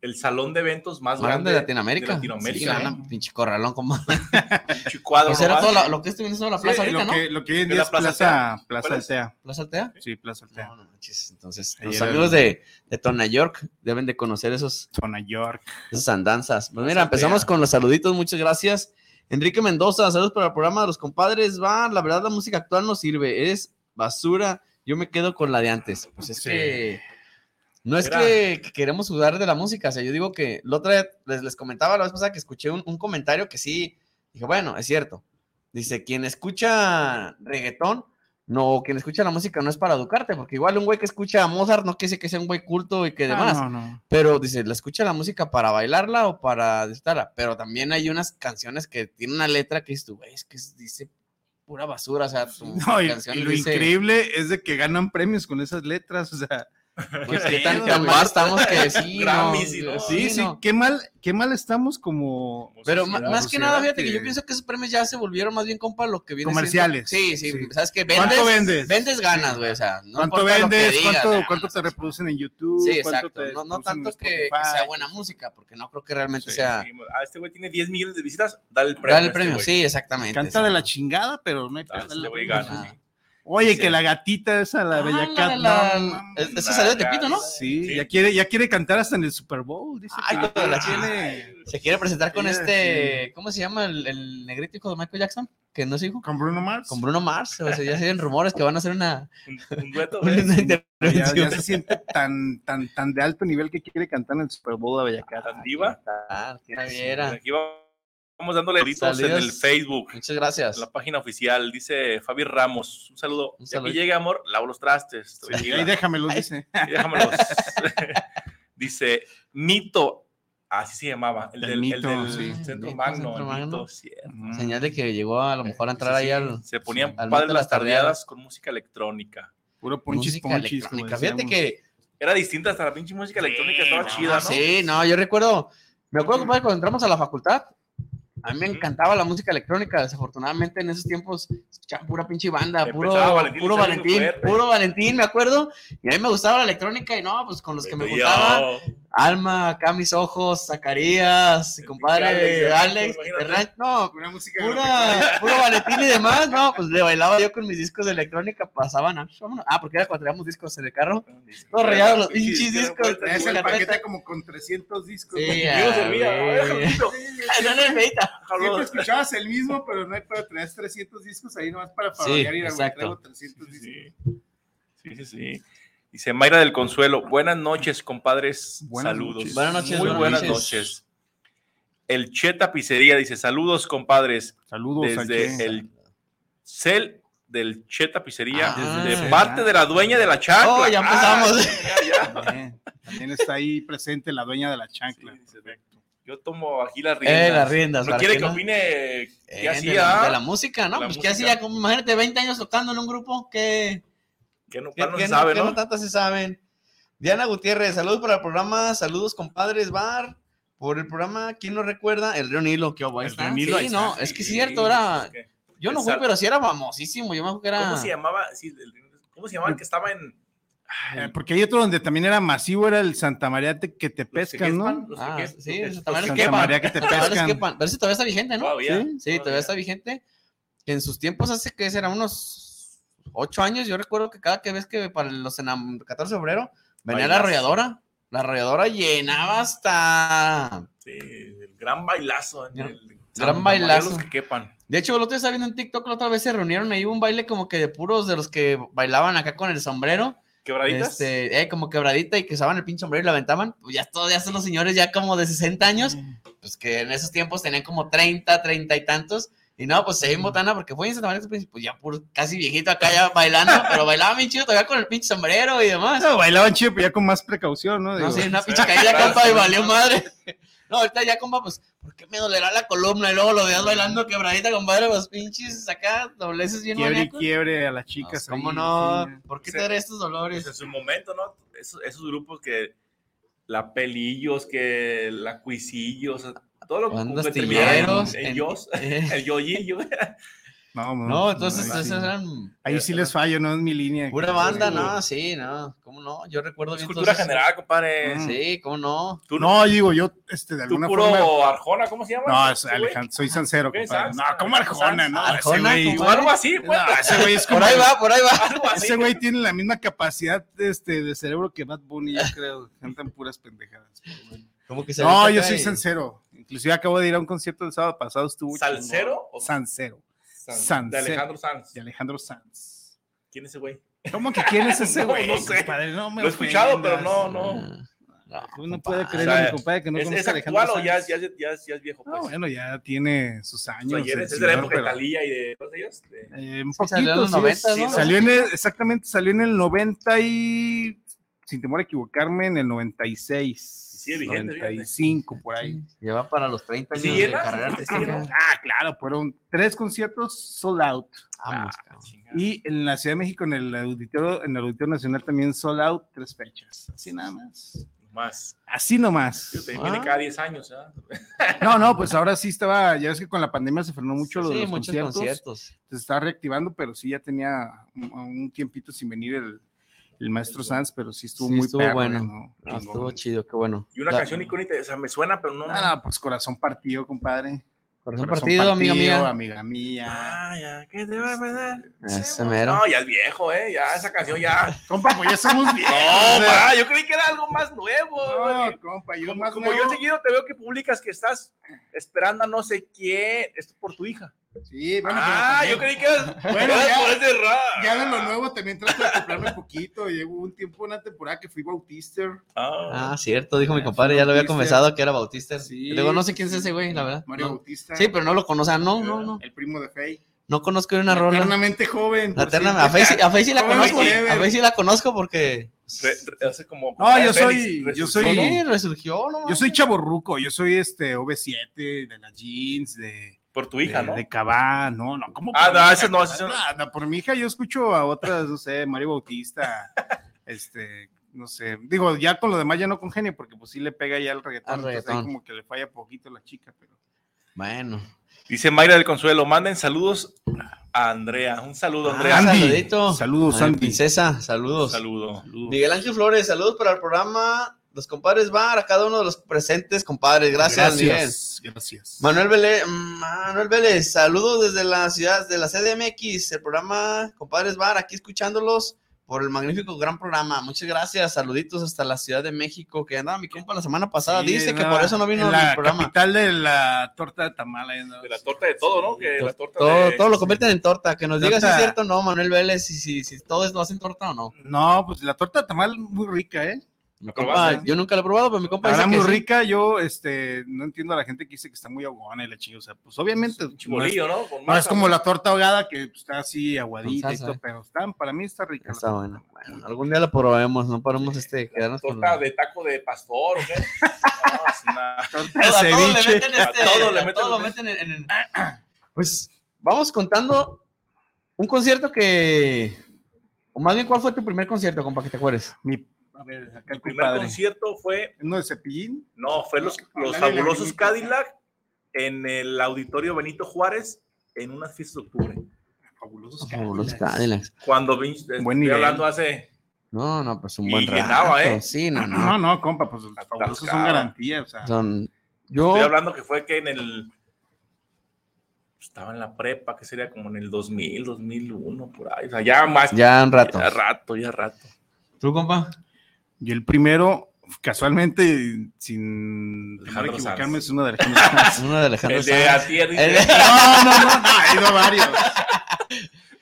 Speaker 2: el salón de eventos más,
Speaker 3: más grande de Latinoamérica.
Speaker 2: de Latinoamérica,
Speaker 3: Sí,
Speaker 2: ¿eh?
Speaker 3: gana, pinche corralón como.
Speaker 2: Pinche cuadro
Speaker 3: Pues era
Speaker 2: nomás.
Speaker 3: todo la- lo que esto viene siendo la plaza
Speaker 4: Sí,
Speaker 3: ahorita,
Speaker 4: lo,
Speaker 3: ¿no?
Speaker 4: que, lo que hoy en
Speaker 2: ¿Que
Speaker 4: día
Speaker 2: la
Speaker 4: es
Speaker 2: Plaza
Speaker 4: Plaza, Plaza
Speaker 2: ¿Cuál es?
Speaker 4: Altea.
Speaker 3: ¿Plaza Altea?
Speaker 4: Sí, Plaza Altea.
Speaker 3: No, no manches. Entonces,
Speaker 4: Ahí
Speaker 3: los
Speaker 4: era
Speaker 3: amigos
Speaker 4: el-
Speaker 3: de, de Tona York deben de conocer esos,
Speaker 4: Zona York.
Speaker 3: esas andanzas. Pues mira,
Speaker 2: Plaza
Speaker 3: empezamos
Speaker 2: Altea.
Speaker 3: con los saluditos, muchas gracias. Enrique Mendoza, saludos para el programa de los compadres. Va, la verdad, la música actual no sirve, es basura. Yo me quedo con la de antes. Pues es
Speaker 4: Sí.
Speaker 3: que. No es
Speaker 2: Era-
Speaker 3: que, que queremos sudar de la música, o sea, yo digo que la otra vez les, les comentaba la vez pasada que escuché un, un comentario que sí, dije, bueno, es cierto. Dice, quien escucha reggaetón, no, quien escucha la música no es para educarte, porque igual un güey que escucha a Mozart no quiere decir que sea un güey culto y que demás.
Speaker 4: Ah, no, no.
Speaker 3: Pero dice, ¿la escucha la música para bailarla o para disfrutarla? Pero también hay unas canciones que tienen una letra que dices tú, güey, es que es- dice pura basura, o sea, tu
Speaker 4: No, y,
Speaker 3: canción
Speaker 4: y lo
Speaker 3: dice,
Speaker 4: increíble es de que ganan premios con esas letras. O sea,
Speaker 3: pues, qué
Speaker 2: Sí,
Speaker 3: tan,
Speaker 4: no,
Speaker 3: tan
Speaker 4: güey.
Speaker 3: mal estamos que sí, no,
Speaker 2: Grammys y todo.
Speaker 4: sí, sí,
Speaker 3: no.
Speaker 4: qué mal, qué mal estamos como.
Speaker 3: Pero ma-
Speaker 4: sociedad,
Speaker 3: más que nada,
Speaker 4: sociedad
Speaker 3: fíjate que... yo
Speaker 4: que-
Speaker 3: pienso que esos premios ya se volvieron más bien compa lo que viene siendo-
Speaker 4: Comerciales.
Speaker 3: Sí, sí,
Speaker 4: Sí.
Speaker 3: sabes que vendes,
Speaker 4: ¿Cuánto vendes?
Speaker 3: vendes ganas, güey, o sea, no
Speaker 4: ¿Cuánto
Speaker 3: importa lo que
Speaker 4: vendes?
Speaker 3: digas,
Speaker 4: ¿Cuánto,
Speaker 3: ah,
Speaker 4: cuánto te reproducen en YouTube?
Speaker 3: Sí,
Speaker 4: ¿Cuánto
Speaker 3: exacto.
Speaker 4: te
Speaker 3: No, no
Speaker 4: reproducen en
Speaker 3: tanto que, que
Speaker 4: Spotify?
Speaker 3: sea buena música, porque no creo que realmente
Speaker 4: Sí,
Speaker 3: sea.
Speaker 2: Dijimos, Ah, este güey tiene 10 millones de visitas, dale el premio.
Speaker 3: Dale el
Speaker 2: a este
Speaker 3: premio,
Speaker 2: güey.
Speaker 3: sí, exactamente.
Speaker 4: Canta
Speaker 3: sí.
Speaker 4: de la chingada, pero no hay
Speaker 2: Ah,
Speaker 4: pedo,
Speaker 2: este
Speaker 4: dale
Speaker 2: güey
Speaker 4: premio.
Speaker 2: gana, sí.
Speaker 4: Oye,
Speaker 2: Sí.
Speaker 4: que la gatita esa, la
Speaker 3: Ah,
Speaker 4: bella
Speaker 3: la
Speaker 4: cat.
Speaker 3: de la-
Speaker 4: no, mames.
Speaker 3: es- Esa salió de Tepito, ¿no?
Speaker 4: Sí,
Speaker 2: Sí.
Speaker 4: Ya, quiere, ya quiere cantar hasta en el Super Bowl. Dice
Speaker 3: Ay,
Speaker 4: que-
Speaker 3: hijo de la
Speaker 4: tiene-
Speaker 3: Se quiere presentar con
Speaker 4: Sí,
Speaker 3: este, ¿cómo se llama? El, el negrito hijo de Michael Jackson, que no es hijo.
Speaker 4: Con Bruno Mars.
Speaker 3: Con Bruno Mars, o sea, ya se ven rumores que van a hacer una,
Speaker 2: Un, un dueto,
Speaker 3: una
Speaker 2: güey.
Speaker 4: ya, ya
Speaker 3: intervención.
Speaker 4: se siente tan, tan, tan de alto nivel que quiere cantar en el Super Bowl a Bella Cat.
Speaker 2: Tan diva.
Speaker 3: Ah, que la
Speaker 2: Pues
Speaker 3: viera.
Speaker 2: Aquí va- vamos dándole gritos en
Speaker 3: Salidas.
Speaker 2: el Facebook,
Speaker 3: Muchas gracias.
Speaker 2: en la página oficial. Dice Fabi Ramos, un saludo.
Speaker 3: Un
Speaker 2: Y aquí
Speaker 3: saludo.
Speaker 2: llegue amor, lavo los trastes. Estoy
Speaker 4: Y
Speaker 2: aquí,
Speaker 4: ahí
Speaker 2: la-
Speaker 4: déjamelo, dice.
Speaker 2: y déjamelos. dice Mito, así se llamaba, el
Speaker 4: El
Speaker 2: del, el
Speaker 4: Mito,
Speaker 2: del
Speaker 4: sí.
Speaker 2: Centro
Speaker 3: Mito,
Speaker 2: Magno.
Speaker 3: Centro
Speaker 2: el
Speaker 3: Magno.
Speaker 2: Mito, cierto.
Speaker 3: Señal de que llegó a lo mejor a entrar ahí al.
Speaker 2: Se ponían
Speaker 3: Al
Speaker 2: padres
Speaker 3: Mito
Speaker 2: las
Speaker 3: Las Tardeadas.
Speaker 2: tardeadas con música electrónica.
Speaker 4: Puro ponchis,
Speaker 3: música
Speaker 4: ponchis. como
Speaker 3: electrónica. Fíjate
Speaker 4: decíamos.
Speaker 3: que.
Speaker 2: Era distinta hasta la pinche música electrónica, estaba chida, ¿no?
Speaker 3: Ah, Sí, no, yo recuerdo. Me acuerdo que cuando entramos a la facultad, a mí me encantaba la música electrónica. Desafortunadamente en esos tiempos escuchaban pura pinche banda, puro
Speaker 2: Empezaba Valentín
Speaker 3: puro
Speaker 2: Elizalde muy
Speaker 3: Valentín,
Speaker 2: fuerte.
Speaker 3: puro Valentín, me acuerdo. Y a mí me gustaba la electrónica y no, pues con los que me
Speaker 2: Yo-
Speaker 3: gustaba, Alma, acá mis ojos, Zacarías, mi compadre
Speaker 2: Alex,
Speaker 3: Alex,
Speaker 2: pues, imagínate.
Speaker 3: Ferran- no,
Speaker 4: Pura música.
Speaker 3: pura, puro Valentín y demás, no, pues le bailaba yo con mis discos de electrónica, pasaban, ah, vámonos. Ah, porque era cuando traíamos discos en el carro. Los rayados, los pinches discos.
Speaker 4: Ya Es el
Speaker 3: Carpeta.
Speaker 4: paquete como con 300 discos.
Speaker 3: Sí,
Speaker 4: Yo
Speaker 3: ah,
Speaker 4: servía,
Speaker 3: güey.
Speaker 4: "Ay, Jorgito".
Speaker 3: Ay, no le
Speaker 2: Ah,
Speaker 3: feita.
Speaker 4: Siempre escuchabas el mismo, pero no hay para tener 300 discos ahí nomás para
Speaker 3: Sí,
Speaker 4: fabricar y
Speaker 3: exacto.
Speaker 4: traigo 300 discos.
Speaker 2: Sí, sí, sí, sí. Dice Mayra del Consuelo, buenas noches, compadres.
Speaker 4: Buenas
Speaker 2: saludos.
Speaker 4: noches.
Speaker 3: Buenas noches,
Speaker 2: Muy
Speaker 3: buenas
Speaker 2: buenas
Speaker 3: noches.
Speaker 2: noches. El Che Tapicería dice, saludos, compadres,
Speaker 4: Saludos al
Speaker 2: desde
Speaker 4: Che.
Speaker 2: el cel del Che Tapicería,
Speaker 3: Ah,
Speaker 2: de
Speaker 4: desde
Speaker 2: parte
Speaker 4: el-
Speaker 2: de la dueña de la chancla.
Speaker 3: Oh, ya empezamos.
Speaker 2: Ah, ya, ya.
Speaker 4: Bien. También está ahí presente la dueña de la chancla.
Speaker 2: Sí, dice, Yo tomo aquí las riendas.
Speaker 3: Eh, las riendas.
Speaker 2: No
Speaker 3: para
Speaker 2: quiere
Speaker 3: que
Speaker 2: que
Speaker 3: no-
Speaker 2: opine
Speaker 3: Eh,
Speaker 2: qué
Speaker 3: de, la,
Speaker 2: hacía.
Speaker 3: de la música, ¿no?
Speaker 2: La
Speaker 3: pues qué
Speaker 2: música.
Speaker 3: hacía, como imagínate, 20 años tocando en un grupo que,
Speaker 2: Que no,
Speaker 3: que,
Speaker 2: no
Speaker 3: que
Speaker 2: se sabe,
Speaker 3: que
Speaker 2: ¿no?
Speaker 3: no tantas se saben. Diana Gutiérrez, saludos para el programa, saludos compadres, Bar, por el programa, ¿quién no recuerda? El Río Nilo, que
Speaker 2: El Río Nilo, ahí
Speaker 3: Ah, Sí, no,
Speaker 2: está.
Speaker 3: es que es
Speaker 2: Ah, Sí,
Speaker 3: cierto, era,
Speaker 2: es que-
Speaker 3: yo no fui,
Speaker 2: Exacto.
Speaker 3: pero sí era famosísimo, yo me acuerdo que era...
Speaker 2: ¿Cómo se llamaba? Sí, el- ¿Cómo se llamaba el que estaba en. Ay,
Speaker 4: Eh, Porque hay otro donde también era masivo, era el Santa María te- que te
Speaker 2: los que
Speaker 4: pescan,
Speaker 2: quepan,
Speaker 4: ¿no?
Speaker 2: los que
Speaker 3: Ah,
Speaker 2: quepan, los
Speaker 3: sí, los
Speaker 2: que- los que
Speaker 3: tamales
Speaker 4: Santa
Speaker 3: quepan.
Speaker 4: María que te
Speaker 3: Pero ahora es que
Speaker 4: pescan.
Speaker 3: pan- pero ese todavía está vigente, ¿no?
Speaker 2: Todavía.
Speaker 4: Sí,
Speaker 3: Sí, todavía está vigente. En sus tiempos, hace que será unos ocho años, yo recuerdo que cada que ves que para los enam- 14 de febrero venía la
Speaker 2: Bailazo.
Speaker 3: arrolladora. La arrolladora llenaba hasta.
Speaker 2: Sí, el gran bailazo. en
Speaker 3: Gran-
Speaker 2: el-
Speaker 3: gran
Speaker 2: Santa María,
Speaker 3: bailazo.
Speaker 2: Los que quepan.
Speaker 3: De hecho, el otro día estaba viendo en TikTok, la otra vez se reunieron ahí hubo un baile como que de puros de los que bailaban acá con el sombrero.
Speaker 2: ¿Quebraditas?
Speaker 3: Este, eh, como quebradita y que usaban el pinche sombrero y lo aventaban. Pues ya todos, ya son
Speaker 4: Mm.
Speaker 3: los señores ya como de 60 años. pues que en esos tiempos tenían como 30, 30 y tantos, Y no, pues se
Speaker 4: Mm.
Speaker 3: ve en botana porque fue en Santa María, pues pues, ya puro- casi viejito acá ya bailando, pero bailaba bien chido todavía con el pinche sombrero y demás.
Speaker 4: Ah, No, bailaban chido, pero ya con más precaución, ¿no?
Speaker 3: No,
Speaker 4: Digo,
Speaker 3: sí, una pinche caída, compa, y valió madre. No, ahorita ya, compa, pues, ¿por qué me dolerá la columna? Y luego lo veas bailando quebradita, compadre, los pinches acá, dobleces bien
Speaker 4: quiebre y
Speaker 3: maníacos.
Speaker 4: quiebre a las
Speaker 3: No,
Speaker 4: chicas.
Speaker 3: ¿Cómo
Speaker 4: ahí,
Speaker 3: no?
Speaker 4: sí.
Speaker 3: ¿Por qué
Speaker 2: Sí.
Speaker 3: te daré estos dolores?
Speaker 2: Pues en su momento, ¿no? Esos, esos grupos que la pelillos, que la cuisillos, todo lo que
Speaker 3: Bandas
Speaker 2: como que terminaron
Speaker 3: tilleros,
Speaker 2: en
Speaker 3: en-
Speaker 2: ellos,
Speaker 3: Eh,
Speaker 2: el yoyillo.
Speaker 4: No,
Speaker 3: no, entonces
Speaker 4: ahí, sí.
Speaker 3: esas eran
Speaker 4: Ahí sí les fallo, no es mi línea.
Speaker 3: pura
Speaker 4: Sí,
Speaker 3: banda,
Speaker 4: güey.
Speaker 3: no, sí, no, ¿cómo no? Yo recuerdo
Speaker 2: Es
Speaker 3: bien
Speaker 2: cultura
Speaker 3: todos esos-
Speaker 2: general, compadre.
Speaker 4: Mm.
Speaker 3: Sí, ¿cómo no?
Speaker 2: Tú,
Speaker 4: No, digo, yo, este, de
Speaker 2: tú
Speaker 4: alguna
Speaker 2: puro
Speaker 4: forma.
Speaker 2: Arjona, ¿cómo se llama?
Speaker 4: No, es
Speaker 2: Ese güey.
Speaker 4: Alejandro, soy sancero,
Speaker 2: ¿Qué?
Speaker 4: compadre. No,
Speaker 2: Sans-
Speaker 4: como Arjona, no. ese
Speaker 3: Arjona,
Speaker 4: güey-
Speaker 2: O algo así, pues.
Speaker 4: No, ese güey es como.
Speaker 3: Por ahí va, por ahí va.
Speaker 2: Algo así.
Speaker 4: Ese güey tiene la misma capacidad este, de cerebro que Bad Bunny, yo creo. Cantan puras pendejadas. pero bueno.
Speaker 3: Como que
Speaker 4: No, yo soy Sancero. Inclusive acabo de ir a un concierto el sábado pasado. Estuvo
Speaker 2: ¿Salsero?
Speaker 4: chingón. Sancero.
Speaker 2: San-
Speaker 4: San-
Speaker 2: de Alejandro Sanz.
Speaker 4: De Alejandro Sanz.
Speaker 2: ¿Quién es ese güey?
Speaker 4: ¿Cómo que quién es ese
Speaker 2: No,
Speaker 4: güey?
Speaker 2: no sé.
Speaker 4: compadre? No me
Speaker 2: Lo he escuchado, pero
Speaker 4: ofendas.
Speaker 2: no, no.
Speaker 4: Uno puede
Speaker 3: Ah, compadre.
Speaker 4: creer
Speaker 2: O
Speaker 4: a
Speaker 2: sea,
Speaker 4: mi compadre que no
Speaker 2: ¿Es,
Speaker 4: conozca
Speaker 2: es
Speaker 4: a Alejandro
Speaker 2: actual o ya, es-
Speaker 4: Sanz.
Speaker 2: ya, es- ya es- ya es viejo? Pues.
Speaker 4: No, bueno, ya tiene sus
Speaker 2: O
Speaker 4: años.
Speaker 2: sea, ayer
Speaker 4: el
Speaker 2: es de la
Speaker 4: señor,
Speaker 2: época de
Speaker 4: pero-
Speaker 2: Talía y de todos ellos. de-
Speaker 4: Eh, un
Speaker 3: Sí, salió
Speaker 4: poquito,
Speaker 3: en los
Speaker 4: sí,
Speaker 3: 90,
Speaker 4: sí,
Speaker 2: ¿no?
Speaker 4: salió en el- exactamente, salió en el 90 y, sin temor a equivocarme, en el 96.
Speaker 2: sigue vigente,
Speaker 4: 95, por ahí.
Speaker 3: Lleva para los 30 años
Speaker 2: Sí,
Speaker 3: de
Speaker 2: era,
Speaker 3: carrera
Speaker 2: sí,
Speaker 3: artística.
Speaker 4: Ah, claro, fueron tres conciertos sold out.
Speaker 3: Vamos, cabrón.
Speaker 2: Chingada.
Speaker 4: Y en la Ciudad de México, en el Auditorio, en el auditorio Nacional también sold out, tres fechas. Así nada más.
Speaker 2: Más.
Speaker 4: Así nomás.
Speaker 2: Yo te
Speaker 3: Ah.
Speaker 2: viene cada 10 años, ¿ah?
Speaker 4: No, no, pues ahora sí estaba, ya ves que con la pandemia se frenó mucho lo de
Speaker 3: Sí,
Speaker 4: los
Speaker 3: muchos
Speaker 4: conciertos.
Speaker 3: conciertos.
Speaker 4: Se está reactivando, pero sí ya tenía un, un tiempito sin venir el, el maestro Sanz, pero sí estuvo
Speaker 3: Sí,
Speaker 4: muy
Speaker 3: estuvo
Speaker 4: perro,
Speaker 3: bueno.
Speaker 4: ¿eh? No,
Speaker 3: Ah,
Speaker 4: chingón.
Speaker 3: estuvo chido, qué bueno.
Speaker 2: Y una
Speaker 3: La-
Speaker 2: canción icónica, o sea, me suena, pero no.
Speaker 4: Ah, pues corazón partido, compadre.
Speaker 3: Corazón partido, amiga
Speaker 4: partido,
Speaker 3: mía.
Speaker 4: amiga mía.
Speaker 2: Ah, ya, ¿qué te va a pasar?
Speaker 3: Ese mero.
Speaker 2: No, ya es viejo, ¿eh? Ya, esa canción ya.
Speaker 4: Compa, pues ya somos viejos.
Speaker 2: No,
Speaker 4: o sea,
Speaker 2: ma, yo creí que era algo más nuevo. güey.
Speaker 4: no, compa, yo
Speaker 2: como
Speaker 4: más
Speaker 2: como
Speaker 4: nuevo-
Speaker 2: yo seguido te veo que publicas que estás esperando a no sé quién. Esto por tu hija.
Speaker 4: Sí, bueno, pero
Speaker 2: ah,
Speaker 4: también-
Speaker 2: yo creí que eras.
Speaker 4: Bueno,
Speaker 2: eras
Speaker 4: ya-
Speaker 2: por ese ra-
Speaker 4: Ya de lo nuevo también trato de comprarme un poquito. Llevo un tiempo, una temporada que fui bautista.
Speaker 2: Ah,
Speaker 3: Ah, cierto, dijo mi
Speaker 4: Ah,
Speaker 3: compadre,
Speaker 4: fue
Speaker 3: ya lo había
Speaker 4: Bautista.
Speaker 3: confesado que era Bautista.
Speaker 4: Sí,
Speaker 3: Y Luego no sé quién es
Speaker 4: sí,
Speaker 3: ese güey, la verdad.
Speaker 4: Mario
Speaker 3: No.
Speaker 4: Bautista.
Speaker 3: Sí, pero no lo conozco, o sea, no, no, no.
Speaker 4: El primo de Fey.
Speaker 3: No conozco una rola.
Speaker 4: Eternamente joven.
Speaker 3: La
Speaker 4: por
Speaker 3: eterna-
Speaker 4: cierto.
Speaker 3: a Faye sí- a Faye sí la
Speaker 4: Joven
Speaker 3: conozco.
Speaker 4: forever.
Speaker 3: A Faye sí la conozco porque.
Speaker 2: re- re- hace como.
Speaker 4: No, yo
Speaker 2: Félix,
Speaker 4: soy- yo
Speaker 2: resucitó.
Speaker 4: soy-
Speaker 3: Sí, resurgió, ¿no?
Speaker 4: Yo soy chaborruco, yo soy este OV7, de las jeans, de,
Speaker 2: Por tu
Speaker 4: de,
Speaker 2: hija, ¿no?
Speaker 4: de Cabá, no, no, ¿cómo?
Speaker 2: Ah,
Speaker 4: por
Speaker 2: no,
Speaker 4: mi hija?
Speaker 2: ese no, ese no.
Speaker 4: Ah, no, por mi hija yo escucho a otras, no sé, Mario Bautista, este, no sé, digo, ya con lo demás ya no congenio, porque pues sí le pega ya el reggaetón,
Speaker 3: Al
Speaker 4: entonces ahí
Speaker 3: reggaetón.
Speaker 4: como que le falla poquito la chica, pero...
Speaker 3: Bueno.
Speaker 2: Dice Mayra del Consuelo, manden saludos a Andrea. Un saludo,
Speaker 3: Ah,
Speaker 2: Andrea.
Speaker 4: Andy,
Speaker 3: saludito.
Speaker 4: saludos,
Speaker 3: A mi
Speaker 4: Andy.
Speaker 3: Princesa, saludos.
Speaker 2: saludo.
Speaker 3: Miguel Ángel Flores, saludos para el programa. Los compadres van a cada uno de los presentes, compadres. Gracias, Miguel.
Speaker 4: gracias, gracias.
Speaker 3: Manuel Vélez, Manuel Vélez, saludos desde la ciudad de la CDMX, el programa Compadres Bar, aquí escuchándolos por el magnífico gran programa. Muchas gracias, saluditos hasta la Ciudad de México, que andaba mi compa la semana pasada,
Speaker 4: Sí,
Speaker 3: dice que
Speaker 4: nada,
Speaker 3: por eso no
Speaker 4: en
Speaker 3: vino
Speaker 4: la
Speaker 3: al programa.
Speaker 4: capital de la torta de tamal. ahí andaba.
Speaker 2: De la torta de todo, ¿no? Que la torta
Speaker 3: Todo,
Speaker 2: de- este,
Speaker 3: todo lo convierten en torta, que nos digas si es
Speaker 4: Torta.
Speaker 3: cierto o no, Manuel Vélez, si, si, si todos lo hacen torta o no.
Speaker 4: No, pues la torta de tamal muy rica, ¿eh?
Speaker 3: Mi
Speaker 2: probaste?
Speaker 3: compa, yo nunca lo he probado, pero mi compa
Speaker 4: Ahora
Speaker 3: dice que
Speaker 4: muy
Speaker 3: sí.
Speaker 4: rica, yo este, no entiendo a la gente que dice que está muy ahogona y la chinga. O sea, pues obviamente no es,
Speaker 2: Bolillo, ¿no? Con
Speaker 4: no es
Speaker 2: masa.
Speaker 4: como la torta ahogada que pues, está así aguadita
Speaker 3: Con
Speaker 4: y
Speaker 3: salsa,
Speaker 4: todo,
Speaker 3: ¿eh?
Speaker 4: pero están, para mí está rica. la
Speaker 3: Está
Speaker 4: torta.
Speaker 3: bueno. Bueno, algún día lo probemos, no podemos este, quedarnos con
Speaker 2: Torta
Speaker 3: la-
Speaker 2: de taco de pastor, ¿o qué? No, es una-
Speaker 4: Torta
Speaker 3: Todo-
Speaker 4: de
Speaker 3: a todo le
Speaker 4: ceviche.
Speaker 3: meten este-
Speaker 2: A todo le
Speaker 3: a
Speaker 2: meten
Speaker 3: todo lo
Speaker 2: los-
Speaker 3: meten en, en- Pues vamos contando un concierto que. O más bien, ¿cuál fue tu primer concierto, compa, que te acuerdes?
Speaker 4: Mi- a ver, acá el
Speaker 2: Mi primer
Speaker 4: compadre.
Speaker 2: concierto fue,
Speaker 4: ¿Uno de cepillín?
Speaker 2: no, fue los, los
Speaker 4: Hablale
Speaker 2: fabulosos
Speaker 4: la grinita.
Speaker 2: Cadillac en el auditorio Benito Juárez en unas fiestas de octubre.
Speaker 4: Fabulosos.
Speaker 3: Fabulosos
Speaker 4: Cadillacs.
Speaker 3: Cadillacs.
Speaker 2: Cuando vin- estoy
Speaker 4: nivel.
Speaker 2: hablando hace
Speaker 3: No, no, pues un
Speaker 2: Y
Speaker 3: buen rato.
Speaker 2: llenaba, ¿eh?
Speaker 3: Sí, no, no.
Speaker 4: No, no, compa, pues los fabulosos son
Speaker 2: Atascado.
Speaker 4: garantía. O sea,
Speaker 3: Son. Yo.
Speaker 2: Estoy hablando que fue que en el. Estaba en la prepa, que sería como en el 2000, 2001, por ahí. O sea, ya más.
Speaker 3: Ya un rato.
Speaker 2: Ya rato, ya rato.
Speaker 3: ¿Tú, compa?
Speaker 4: Y el primero, casualmente, sin dejar de
Speaker 2: Alejandro
Speaker 4: equivocarme,
Speaker 2: Sanz.
Speaker 4: es uno de Alejandro Sanz.
Speaker 3: Uno de Alejandro
Speaker 2: El de
Speaker 3: Sanz.
Speaker 2: Atier, dice,
Speaker 3: El de-
Speaker 4: No, no, no, no, he ido a varios.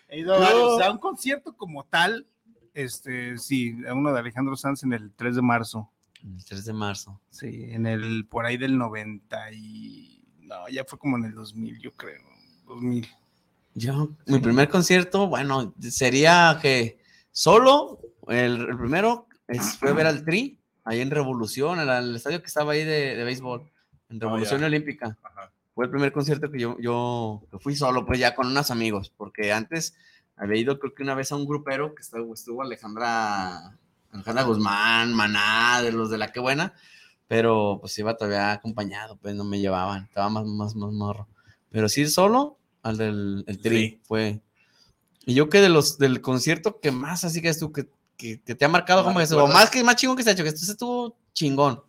Speaker 4: He ido a
Speaker 3: No.
Speaker 4: varios. O sea, un concierto como tal, este, sí, a uno de Alejandro Sanz en el 3 de marzo.
Speaker 3: El 3 de marzo.
Speaker 4: Sí, en el, por ahí del 90 y... No, ya fue como en el 2000, yo creo. 2000.
Speaker 3: Yo, mi primer concierto, bueno, sería que solo, el, el primero, es- fue ver al Tri, ahí en Revolución, en el estadio que estaba ahí de, de béisbol, en Revolución
Speaker 2: Oh, ya.
Speaker 3: Olímpica.
Speaker 2: Ajá.
Speaker 3: Fue el primer concierto que yo, yo que fui solo, pues ya con unos amigos, porque antes había ido creo que una vez a un grupero que estuvo, estuvo Alejandra, Alejandra Guzmán, Maná, de los de La Que Buena, pero pues iba todavía acompañado, pues no me llevaban, estaba más, más, más morro. Pero sí solo al del el tri
Speaker 2: Sí.
Speaker 3: fue. Y yo que de los del concierto que más así que es tú que, que, que te ha marcado
Speaker 2: Más
Speaker 3: como que estuvo,
Speaker 2: recuerdas.
Speaker 3: más que más chingón que se ha hecho, que este estuvo chingón.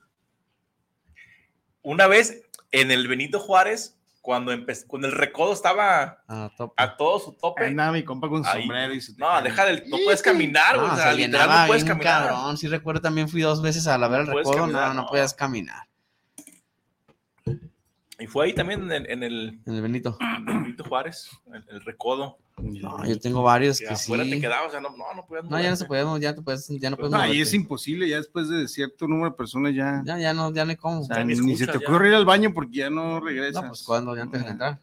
Speaker 2: Una vez en el Benito Juárez, cuando, empe- cuando el recodo estaba
Speaker 3: Ah, top.
Speaker 2: a todo su tope.
Speaker 4: Andaba mi compa con
Speaker 2: Ahí.
Speaker 4: sombrero y se te
Speaker 2: No,
Speaker 4: cae.
Speaker 2: deja del. No puedes caminar, güey.
Speaker 3: No,
Speaker 2: o sea,
Speaker 3: se
Speaker 2: literal,
Speaker 3: llenaba
Speaker 2: no puedes
Speaker 3: bien
Speaker 2: caminar.
Speaker 3: cabrón. Sí recuerdo también fui dos veces a la ver el
Speaker 2: No puedes
Speaker 3: recodo, no,
Speaker 2: caminar,
Speaker 3: no
Speaker 2: no.
Speaker 3: podías caminar.
Speaker 2: Y fue ahí también en el, en el
Speaker 3: En el Benito.
Speaker 2: Benito Juárez, el, el recodo.
Speaker 3: No, yo tengo varios
Speaker 2: Que
Speaker 3: que sí.
Speaker 2: afuera te quedabas, o sea, no, no, no podías
Speaker 3: No, ya no se
Speaker 2: moverte.
Speaker 3: podíamos, ya no puedes, ya no
Speaker 2: Pues
Speaker 3: puedes.
Speaker 4: No, y
Speaker 3: moverte.
Speaker 4: es imposible, ya después de cierto número de personas ya.
Speaker 3: Ya, ya no, ya no hay cómo.
Speaker 4: o sea,
Speaker 2: Ya
Speaker 4: ni,
Speaker 2: ni
Speaker 4: ni se
Speaker 2: escuchas,
Speaker 4: te
Speaker 2: ya.
Speaker 4: ocurre ir al baño porque ya no regresas.
Speaker 3: No, pues cuando, ya antes de entrar.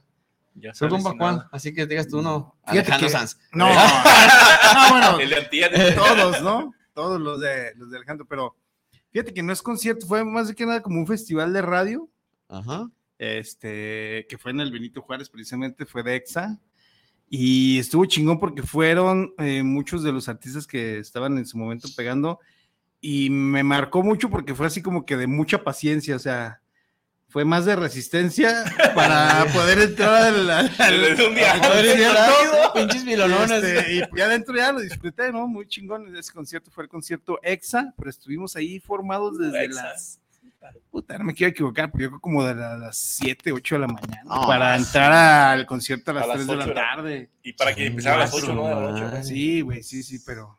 Speaker 2: Ya
Speaker 3: ¿Tú,
Speaker 2: sabes,
Speaker 3: compa,
Speaker 2: sin
Speaker 3: cuál?
Speaker 2: nada.
Speaker 3: Así que digas tú, no.
Speaker 4: Fíjate
Speaker 3: Alejandro
Speaker 4: que-
Speaker 3: Sanz.
Speaker 4: No, no, bueno,
Speaker 2: El de Antier.
Speaker 4: todos, ¿no? Todos los de, los de Alejandro, pero fíjate que no es concierto, fue más que nada como un festival de radio,
Speaker 3: Ajá.
Speaker 4: este, que fue en el Benito Juárez, precisamente fue de EXA, y estuvo chingón porque fueron eh, muchos de los artistas que estaban en su momento pegando, y me marcó mucho porque fue así como que de mucha paciencia, o sea, fue más de resistencia para poder entrar al... al- al-
Speaker 2: Desde un día
Speaker 4: al
Speaker 2: antes.
Speaker 4: concierto.
Speaker 3: Pinches
Speaker 4: Y,
Speaker 3: vilonones.
Speaker 4: este, y ya adentro ya lo disfruté, ¿no? Muy chingón ese concierto. Fue el concierto EXA, pero estuvimos ahí formados desde
Speaker 2: Uh, Exa.
Speaker 4: las... Puta, no me quiero equivocar, pero yo creo como de la- las 7, 8 de la mañana.
Speaker 3: No,
Speaker 4: para entrar al concierto a las
Speaker 2: a las
Speaker 4: 3 de la
Speaker 2: 8 era.
Speaker 4: tarde.
Speaker 2: Y para que empezaba a las 8, ¿no? A las ocho.
Speaker 3: Ay.
Speaker 4: Sí, güey, sí, sí, pero...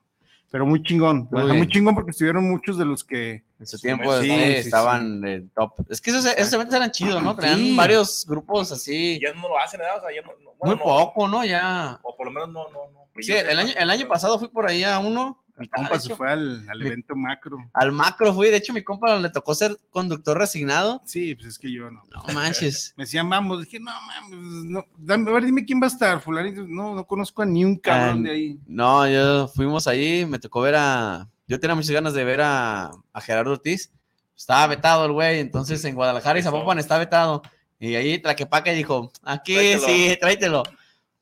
Speaker 4: Pero muy chingón.
Speaker 3: Muy
Speaker 4: o sea, muy
Speaker 3: bien.
Speaker 4: chingón porque estuvieron muchos de los que...
Speaker 3: En su tiempo
Speaker 4: Sí,
Speaker 3: sí,
Speaker 4: sí,
Speaker 3: estaban de top. Es que esos, esos eventos eran chidos, ¿no? Traían
Speaker 4: Sí.
Speaker 3: varios grupos así.
Speaker 2: Y ya no lo hacen, ¿verdad? O sea, ya no. no-
Speaker 3: muy
Speaker 2: bueno, no.
Speaker 3: poco, ¿no? Ya.
Speaker 2: O por lo menos no, no, no.
Speaker 3: Sí, el año, el año pasado fui por ahí a uno.
Speaker 4: El
Speaker 3: Ah,
Speaker 4: compa
Speaker 3: de
Speaker 4: se
Speaker 3: hecho,
Speaker 4: fue al, al
Speaker 3: Mi-
Speaker 4: evento macro.
Speaker 3: Al macro fui. De hecho, mi compa le tocó ser conductor resignado.
Speaker 4: Sí, pues es que yo no.
Speaker 3: No manches.
Speaker 4: Me decían, vamos, dije, no mames, no, dame, a ver, dime quién va a estar, fulanito. No, no conozco a ni un cabrón
Speaker 3: Ah,
Speaker 4: de ahí.
Speaker 3: No, yo fuimos ahí, me tocó ver a. Yo tenía muchas ganas de ver a, a Gerardo Ortiz. Estaba vetado el güey, entonces en Guadalajara y
Speaker 2: Eso.
Speaker 3: Zapopan está vetado. Y ahí Traquepaque dijo: aquí
Speaker 2: Tráetelo.
Speaker 3: sí, tráetelo.
Speaker 2: ¿Dónde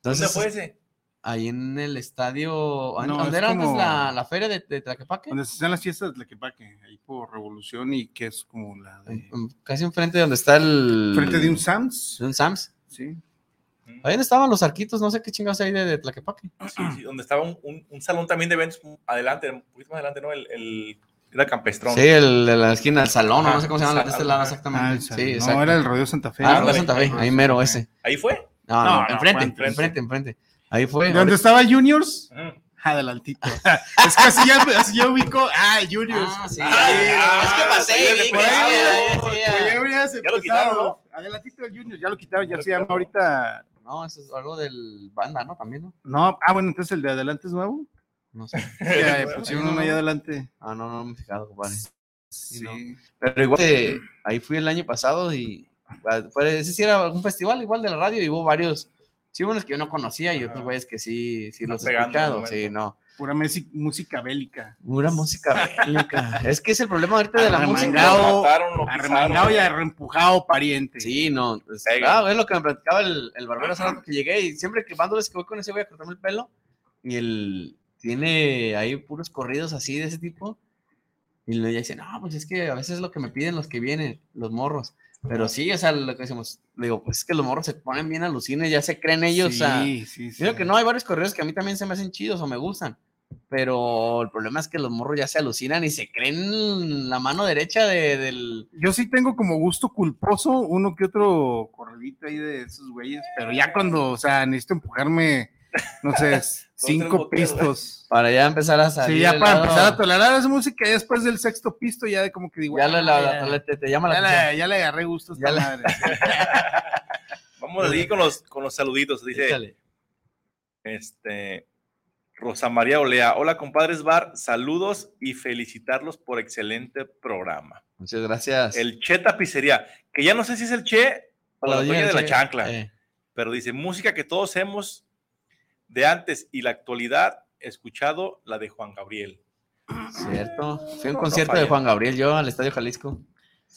Speaker 3: Entonces,
Speaker 2: fue ese?
Speaker 3: ahí en el estadio. ¿an-
Speaker 4: No,
Speaker 3: ¿Dónde
Speaker 4: es
Speaker 3: era antes
Speaker 4: como-
Speaker 3: la, la feria de, de Tlaquepaque?
Speaker 4: Donde se hacen las fiestas de Tlaquepaque, ahí por Revolución y que es como la de...
Speaker 3: Mm, Casi enfrente de donde está el.
Speaker 4: Frente de un
Speaker 3: de
Speaker 4: Sams,
Speaker 3: un Sams.
Speaker 4: sí.
Speaker 3: Ahí donde estaban los arquitos, no sé qué chingados hay de, de Tlaquepaque.
Speaker 2: Sí, sí, donde estaba un, un- un salón también de eventos adelante, un poquito más adelante, ¿no? El, el- era Campestrón.
Speaker 3: Sí, el de la esquina del salón, o
Speaker 2: Ajá,
Speaker 3: no sé cómo se llama, la de este
Speaker 2: Ah, salón,
Speaker 3: lado
Speaker 2: ajá.
Speaker 4: Ah,
Speaker 3: exactamente.
Speaker 4: el Sams.
Speaker 3: Sí,
Speaker 4: no,
Speaker 3: exacto.
Speaker 4: era el Rodeo Santa Fe.
Speaker 3: Ah,
Speaker 4: ¿no?
Speaker 3: Plaza Santa Fe, ahí mero ese.
Speaker 2: Ahí fue.
Speaker 4: No,
Speaker 3: No, no,
Speaker 4: no,
Speaker 3: enfrente,
Speaker 4: enfrente.
Speaker 3: enfrente, enfrente. Ahí fue.
Speaker 4: ¿De dónde estaba Juniors?
Speaker 2: Ujú.
Speaker 4: Adelantito. es que así ya, así ya ubico. Ah, Juniors.
Speaker 3: Ah, sí.
Speaker 2: Ah,
Speaker 3: es que pasé y "Ah,
Speaker 2: sí,
Speaker 3: vi que
Speaker 4: por ahí,
Speaker 3: estaba,
Speaker 4: por
Speaker 3: sí,
Speaker 4: ahí
Speaker 3: ah.
Speaker 4: habrías
Speaker 2: Ya lo
Speaker 4: empezado.
Speaker 2: quitaron, ¿no?
Speaker 4: Adelantito de Juniors, ya lo quitaron, ya se llama ahorita.
Speaker 3: No, eso es algo del banda, ¿no? También, ¿no?
Speaker 4: No, ah, bueno, entonces el de adelante es nuevo.
Speaker 3: No sé.
Speaker 4: Ya, eh, pusieron uno ahí adelante.
Speaker 3: Ah, no, no me he fijado, compadre.
Speaker 4: Sí.
Speaker 3: no. Pero igual, eh, ahí fui el año pasado y ah, pues, ese sí era un festival igual de la radio y hubo varios. Sí, unos que yo no conocía y otros
Speaker 2: Ajá.
Speaker 3: güeyes que sí, sí
Speaker 2: Están
Speaker 3: los he
Speaker 2: pegando en el
Speaker 3: escuchado. Sí,
Speaker 2: momento.
Speaker 3: no.
Speaker 4: Pura mesi- música bélica.
Speaker 3: Pura música bélica. Es que es el problema ahorita de la música.
Speaker 4: Arremangado,
Speaker 2: Lo mataron, lo
Speaker 4: Arremangado
Speaker 2: pisaron.
Speaker 4: y arrempujado pariente.
Speaker 3: Sí, no. pues,
Speaker 2: Pega.
Speaker 3: ah, es lo que me platicaba el, el barbero hace rato que llegué y siempre que es que voy con ese voy a cortarme el pelo y él tiene ahí puros corridos así de ese tipo y le dice, no, pues es que a veces es lo que me piden los que vienen, los morros. Pero sí, o sea, lo que decimos, le digo, pues es que los morros se ponen bien alucines, ya se creen ellos. o sea,
Speaker 4: Sí, sí, sí.
Speaker 3: Digo que no, hay varios correos que a mí también se me hacen chidos o me gustan. Pero el problema es que los morros ya se alucinan y se creen la mano derecha de- del.
Speaker 4: Yo sí tengo como gusto culposo uno que otro corredito ahí de esos güeyes, pero ya cuando, o sea, necesito empujarme, no sé, cinco
Speaker 2: botellas, güey.
Speaker 4: pistos.
Speaker 3: Para ya empezar a salir.
Speaker 4: Sí, ya
Speaker 3: del
Speaker 4: para
Speaker 3: lado-
Speaker 4: empezar a tolerar esa música, ya después del sexto pisto, ya de como que digo,
Speaker 3: Ya,
Speaker 4: "Ah,
Speaker 3: la, la- la- la- te, te llama la
Speaker 4: ya
Speaker 3: atención.
Speaker 4: le- ya le agarré gusto a esta
Speaker 3: Ya la-
Speaker 4: madre.
Speaker 2: Vamos a seguir con los, con los saluditos. Dice
Speaker 3: Échale.
Speaker 2: este, Rosa María Olea. Hola, compadres Bar. Saludos y felicitarlos por excelente programa.
Speaker 3: Muchas gracias.
Speaker 2: El Che Tapicería, que ya no sé si es el Che o la
Speaker 3: Hola,
Speaker 2: doña de la
Speaker 3: che.
Speaker 2: chancla,
Speaker 3: Eh,
Speaker 2: pero dice, música que todos hemos de antes y la actualidad escuchado, la de Juan Gabriel.
Speaker 3: Cierto. Fui a
Speaker 2: No,
Speaker 3: un
Speaker 2: no
Speaker 3: concierto de
Speaker 2: falla.
Speaker 3: Juan Gabriel, yo al Estadio Jalisco.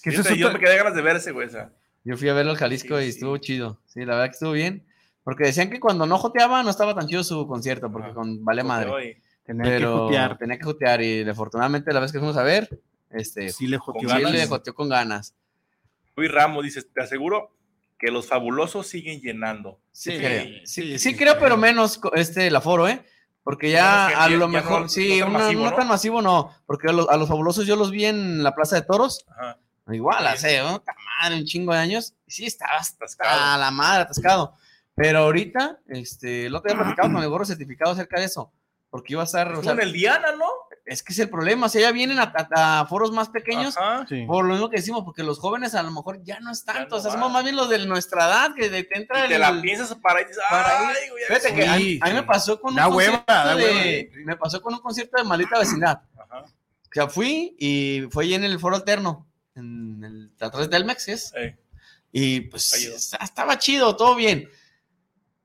Speaker 4: Que
Speaker 2: Yo,
Speaker 4: eso es
Speaker 2: yo
Speaker 4: otra-
Speaker 2: me quedé ganas de verse, güey. esa.
Speaker 3: Yo fui a verlo al Jalisco
Speaker 2: Sí,
Speaker 3: y
Speaker 2: sí.
Speaker 3: estuvo chido. Sí, la verdad que estuvo bien. Porque decían que cuando no joteaba no estaba tan chido su concierto, porque
Speaker 2: Ajá.
Speaker 3: con vale madre.
Speaker 2: Oye,
Speaker 4: Tener que
Speaker 3: Pero
Speaker 4: jotear.
Speaker 3: tenía que jotear y afortunadamente la vez que fuimos a ver, este,
Speaker 4: Sí le
Speaker 3: sí
Speaker 4: joteó.
Speaker 2: con ganas.
Speaker 3: le joteó con ganas.
Speaker 2: Luis Ramos dice, te aseguro que los fabulosos siguen llenando.
Speaker 3: Sí,
Speaker 4: Sí,
Speaker 3: creo.
Speaker 4: sí,
Speaker 3: Sí,
Speaker 4: sí,
Speaker 3: sí
Speaker 4: sí,
Speaker 3: creo,
Speaker 4: creo.
Speaker 3: pero menos co- este el aforo, ¿eh? Porque ya
Speaker 2: Menos que-
Speaker 3: a
Speaker 2: ya-
Speaker 3: lo
Speaker 2: ya
Speaker 3: mejor,
Speaker 2: no-
Speaker 3: sí,
Speaker 2: no tan
Speaker 3: una-
Speaker 2: masivo,
Speaker 3: no
Speaker 2: ¿no?
Speaker 3: tan masivo no, porque a los, a los fabulosos yo los vi en la Plaza de Toros,
Speaker 2: Ajá,
Speaker 3: igual
Speaker 2: Sí.
Speaker 3: hace, ¿no? Ta madre, un chingo de años, y sí, estaba hasta
Speaker 2: Atascado.
Speaker 3: a la madre atascado. Pero ahorita, este, el otro día platicaba con el gorro certificado acerca de eso, porque iba a estar, o
Speaker 2: Estuvo
Speaker 3: sea,
Speaker 2: en el Diana, ¿no?
Speaker 3: es que es el problema, o sea, ya vienen a, a- a foros más pequeños,
Speaker 2: Ajá.
Speaker 4: Sí.
Speaker 3: por lo mismo que decimos, porque los jóvenes a lo mejor ya no es
Speaker 2: no
Speaker 3: tanto, o sea,
Speaker 2: van.
Speaker 3: somos más bien los de nuestra edad, que de, te entra
Speaker 2: Y te
Speaker 3: el-
Speaker 2: la piensas para ir.
Speaker 3: para
Speaker 2: Ay, güey, ya
Speaker 3: Fíjate que a, mí- a mí me pasó con
Speaker 4: Da
Speaker 3: un
Speaker 4: hueva,
Speaker 3: concierto
Speaker 4: da hueva.
Speaker 3: de- me pasó con un concierto de maldita vecindad.
Speaker 2: Ajá.
Speaker 3: O sea, fui y fue ahí en el foro alterno, en el atrás del Mexes,
Speaker 2: Ey.
Speaker 3: y pues
Speaker 2: Ahí va.
Speaker 3: est- estaba chido, todo bien.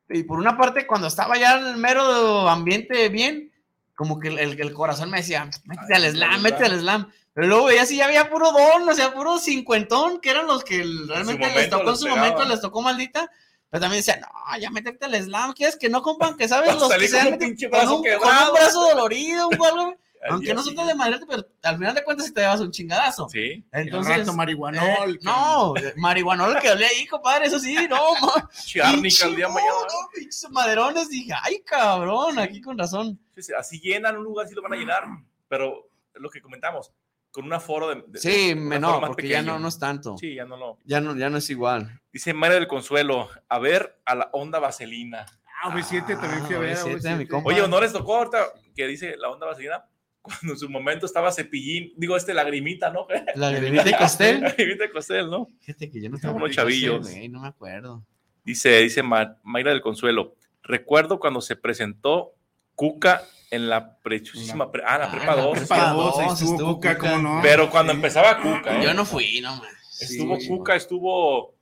Speaker 3: Y por una parte, cuando estaba ya en el mero ambiente bien, como que el, el- el corazón me decía, métete
Speaker 2: Ay,
Speaker 3: al slam,
Speaker 2: slam.
Speaker 3: métete al slam. Pero luego veía si ya había puro don, o sea, puro cincuentón, que eran los que realmente les
Speaker 2: momento
Speaker 3: tocó en
Speaker 2: les
Speaker 3: su
Speaker 2: pegaba.
Speaker 3: momento, les tocó maldita. Pero también decía, no, ya métete al slam, ¿quieres que no, compa? Que sabes
Speaker 2: Vas a
Speaker 3: los que
Speaker 2: salir
Speaker 3: se
Speaker 2: con
Speaker 3: han
Speaker 2: un
Speaker 3: metido-
Speaker 2: pinche
Speaker 3: con
Speaker 2: brazo
Speaker 3: un, con
Speaker 2: quebrado.
Speaker 3: un brazo dolorido, un algo,
Speaker 2: Al
Speaker 3: aunque
Speaker 2: día
Speaker 3: no son tan de
Speaker 2: siguiente.
Speaker 3: madre, pero al final de cuentas te llevas un chingadazo.
Speaker 2: Sí.
Speaker 3: Entonces,
Speaker 4: el rato marihuanol.
Speaker 3: eh, no, marihuanol que hablé ahí, compadre, eso sí, no, ma-
Speaker 2: Chiárnica al día
Speaker 3: pinche,
Speaker 2: mañana.
Speaker 3: no, no, pinches maderones, dije, ay, cabrón, aquí con razón.
Speaker 2: Sí, sí, Así llenan un lugar, sí lo van a llenar. Pero es lo que comentamos, con un aforo de. de-
Speaker 3: Sí,
Speaker 2: un
Speaker 3: menor,
Speaker 2: aforo más
Speaker 3: porque ya
Speaker 2: pequeño.
Speaker 3: no, no es tanto.
Speaker 2: Sí, ya no lo.
Speaker 3: Ya, no, ya no es igual.
Speaker 2: Dice Mario del Consuelo, a ver a la onda vaselina.
Speaker 4: Ah, V7 también fui a
Speaker 3: Ah,
Speaker 4: ver. a
Speaker 3: V7,
Speaker 4: V7.
Speaker 3: mi compa.
Speaker 2: Oye, ¿no les tocó ahorita que dice la onda vaselina? Cuando en su momento estaba cepillín, digo, este lagrimita, ¿no?
Speaker 3: La grimita y Castel.
Speaker 2: lagrimita Costel, ¿no?
Speaker 3: Fíjate que yo no
Speaker 2: Como
Speaker 3: tengo
Speaker 2: los chavillos.
Speaker 3: no me acuerdo.
Speaker 2: Dice, dice Ma- Mayra del Consuelo, recuerdo cuando se presentó Cuca en la prechísima, pre- ah, la
Speaker 3: Ah,
Speaker 2: prepa
Speaker 3: la
Speaker 2: 2.
Speaker 3: prepa
Speaker 4: Para
Speaker 3: Para
Speaker 4: vos, ahí
Speaker 3: dos,
Speaker 4: estuvo
Speaker 3: estuvo
Speaker 4: Cuca,
Speaker 3: Cuca.
Speaker 4: ¿cómo no?
Speaker 2: Pero cuando
Speaker 4: Sí.
Speaker 2: empezaba Cuca, ¿eh?
Speaker 3: Ah, Yo no fui, no, man. Sí,
Speaker 2: estuvo
Speaker 3: güey.
Speaker 2: Cuca, estuvo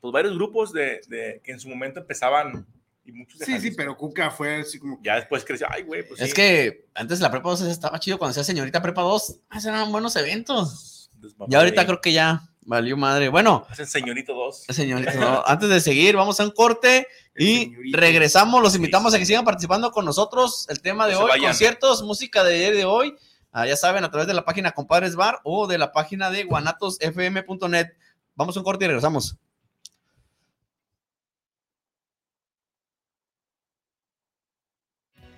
Speaker 2: pues, varios grupos de, de- que en su momento empezaban y muchos de
Speaker 4: Sí, sí,
Speaker 2: Jalisco.
Speaker 4: pero Cuca fue así como.
Speaker 2: ya después creció, ay, güey, pues
Speaker 3: Es
Speaker 2: sí,
Speaker 3: que antes la prepa 2 estaba chido cuando sea señorita prepa 2. Eran buenos eventos.
Speaker 2: desmamó
Speaker 3: Ya ahorita
Speaker 2: ahí.
Speaker 3: creo que ya valió madre. Bueno,
Speaker 2: Hacen señorito 2.
Speaker 3: señorita, no, antes de seguir, vamos a un corte
Speaker 4: El
Speaker 3: y
Speaker 4: señorito.
Speaker 3: regresamos. Los invitamos a que sigan participando con nosotros. El tema de
Speaker 2: No se
Speaker 3: hoy,
Speaker 2: vayan.
Speaker 3: conciertos, música de ayer y de hoy. Ah, ya saben, a través de la página Compadres Bar o de la página de guanatosfm.net. Vamos a un corte y regresamos.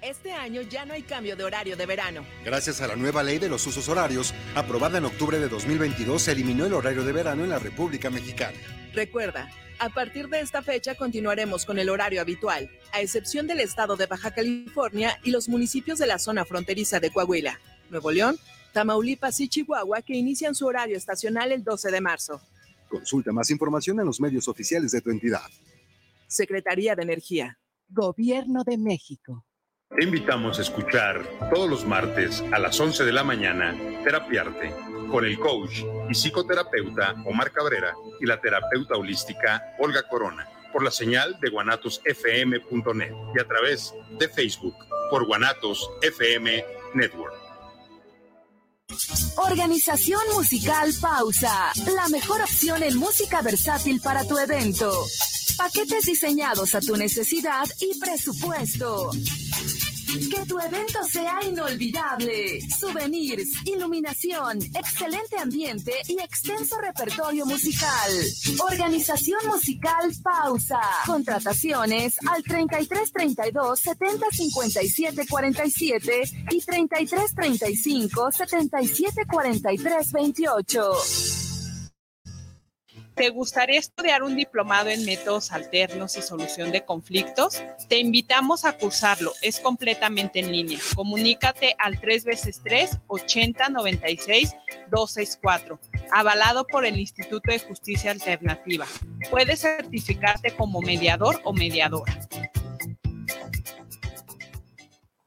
Speaker 5: Este año ya no hay cambio de horario de verano.
Speaker 6: Gracias a la nueva ley de los usos horarios, aprobada en octubre de 2022, se eliminó el horario de verano en la República Mexicana.
Speaker 5: Recuerda, a partir de esta fecha continuaremos con el horario habitual, a excepción del estado de Baja California y los municipios de la zona fronteriza de Coahuila, Nuevo León, Tamaulipas y Chihuahua que inician su horario estacional el 12 de marzo.
Speaker 6: Consulta más información en los medios oficiales de tu entidad.
Speaker 5: Secretaría de Energía. Gobierno de México.
Speaker 7: Te invitamos a escuchar todos los martes a las 11 de la mañana Terapiarte con el coach y psicoterapeuta Omar Cabrera y la terapeuta holística Olga Corona por la señal de guanatosfm.net y a través de Facebook por Guanatos FM Network.
Speaker 8: Organización Musical Pausa, la mejor opción en música versátil para tu evento. Paquetes diseñados a tu necesidad y presupuesto. Que tu evento sea inolvidable. Souvenirs, iluminación, excelente ambiente y extenso repertorio musical. Organización musical Pausa. Contrataciones al 3332 70 57 47 y 3335 77 43 28.
Speaker 9: ¿Te gustaría estudiar un diplomado en métodos alternos y solución de conflictos? Te invitamos a cursarlo. Es completamente en línea. Comunícate al 3x3 8096 264, avalado por el Instituto de Justicia Alternativa. Puedes certificarte como mediador o mediadora.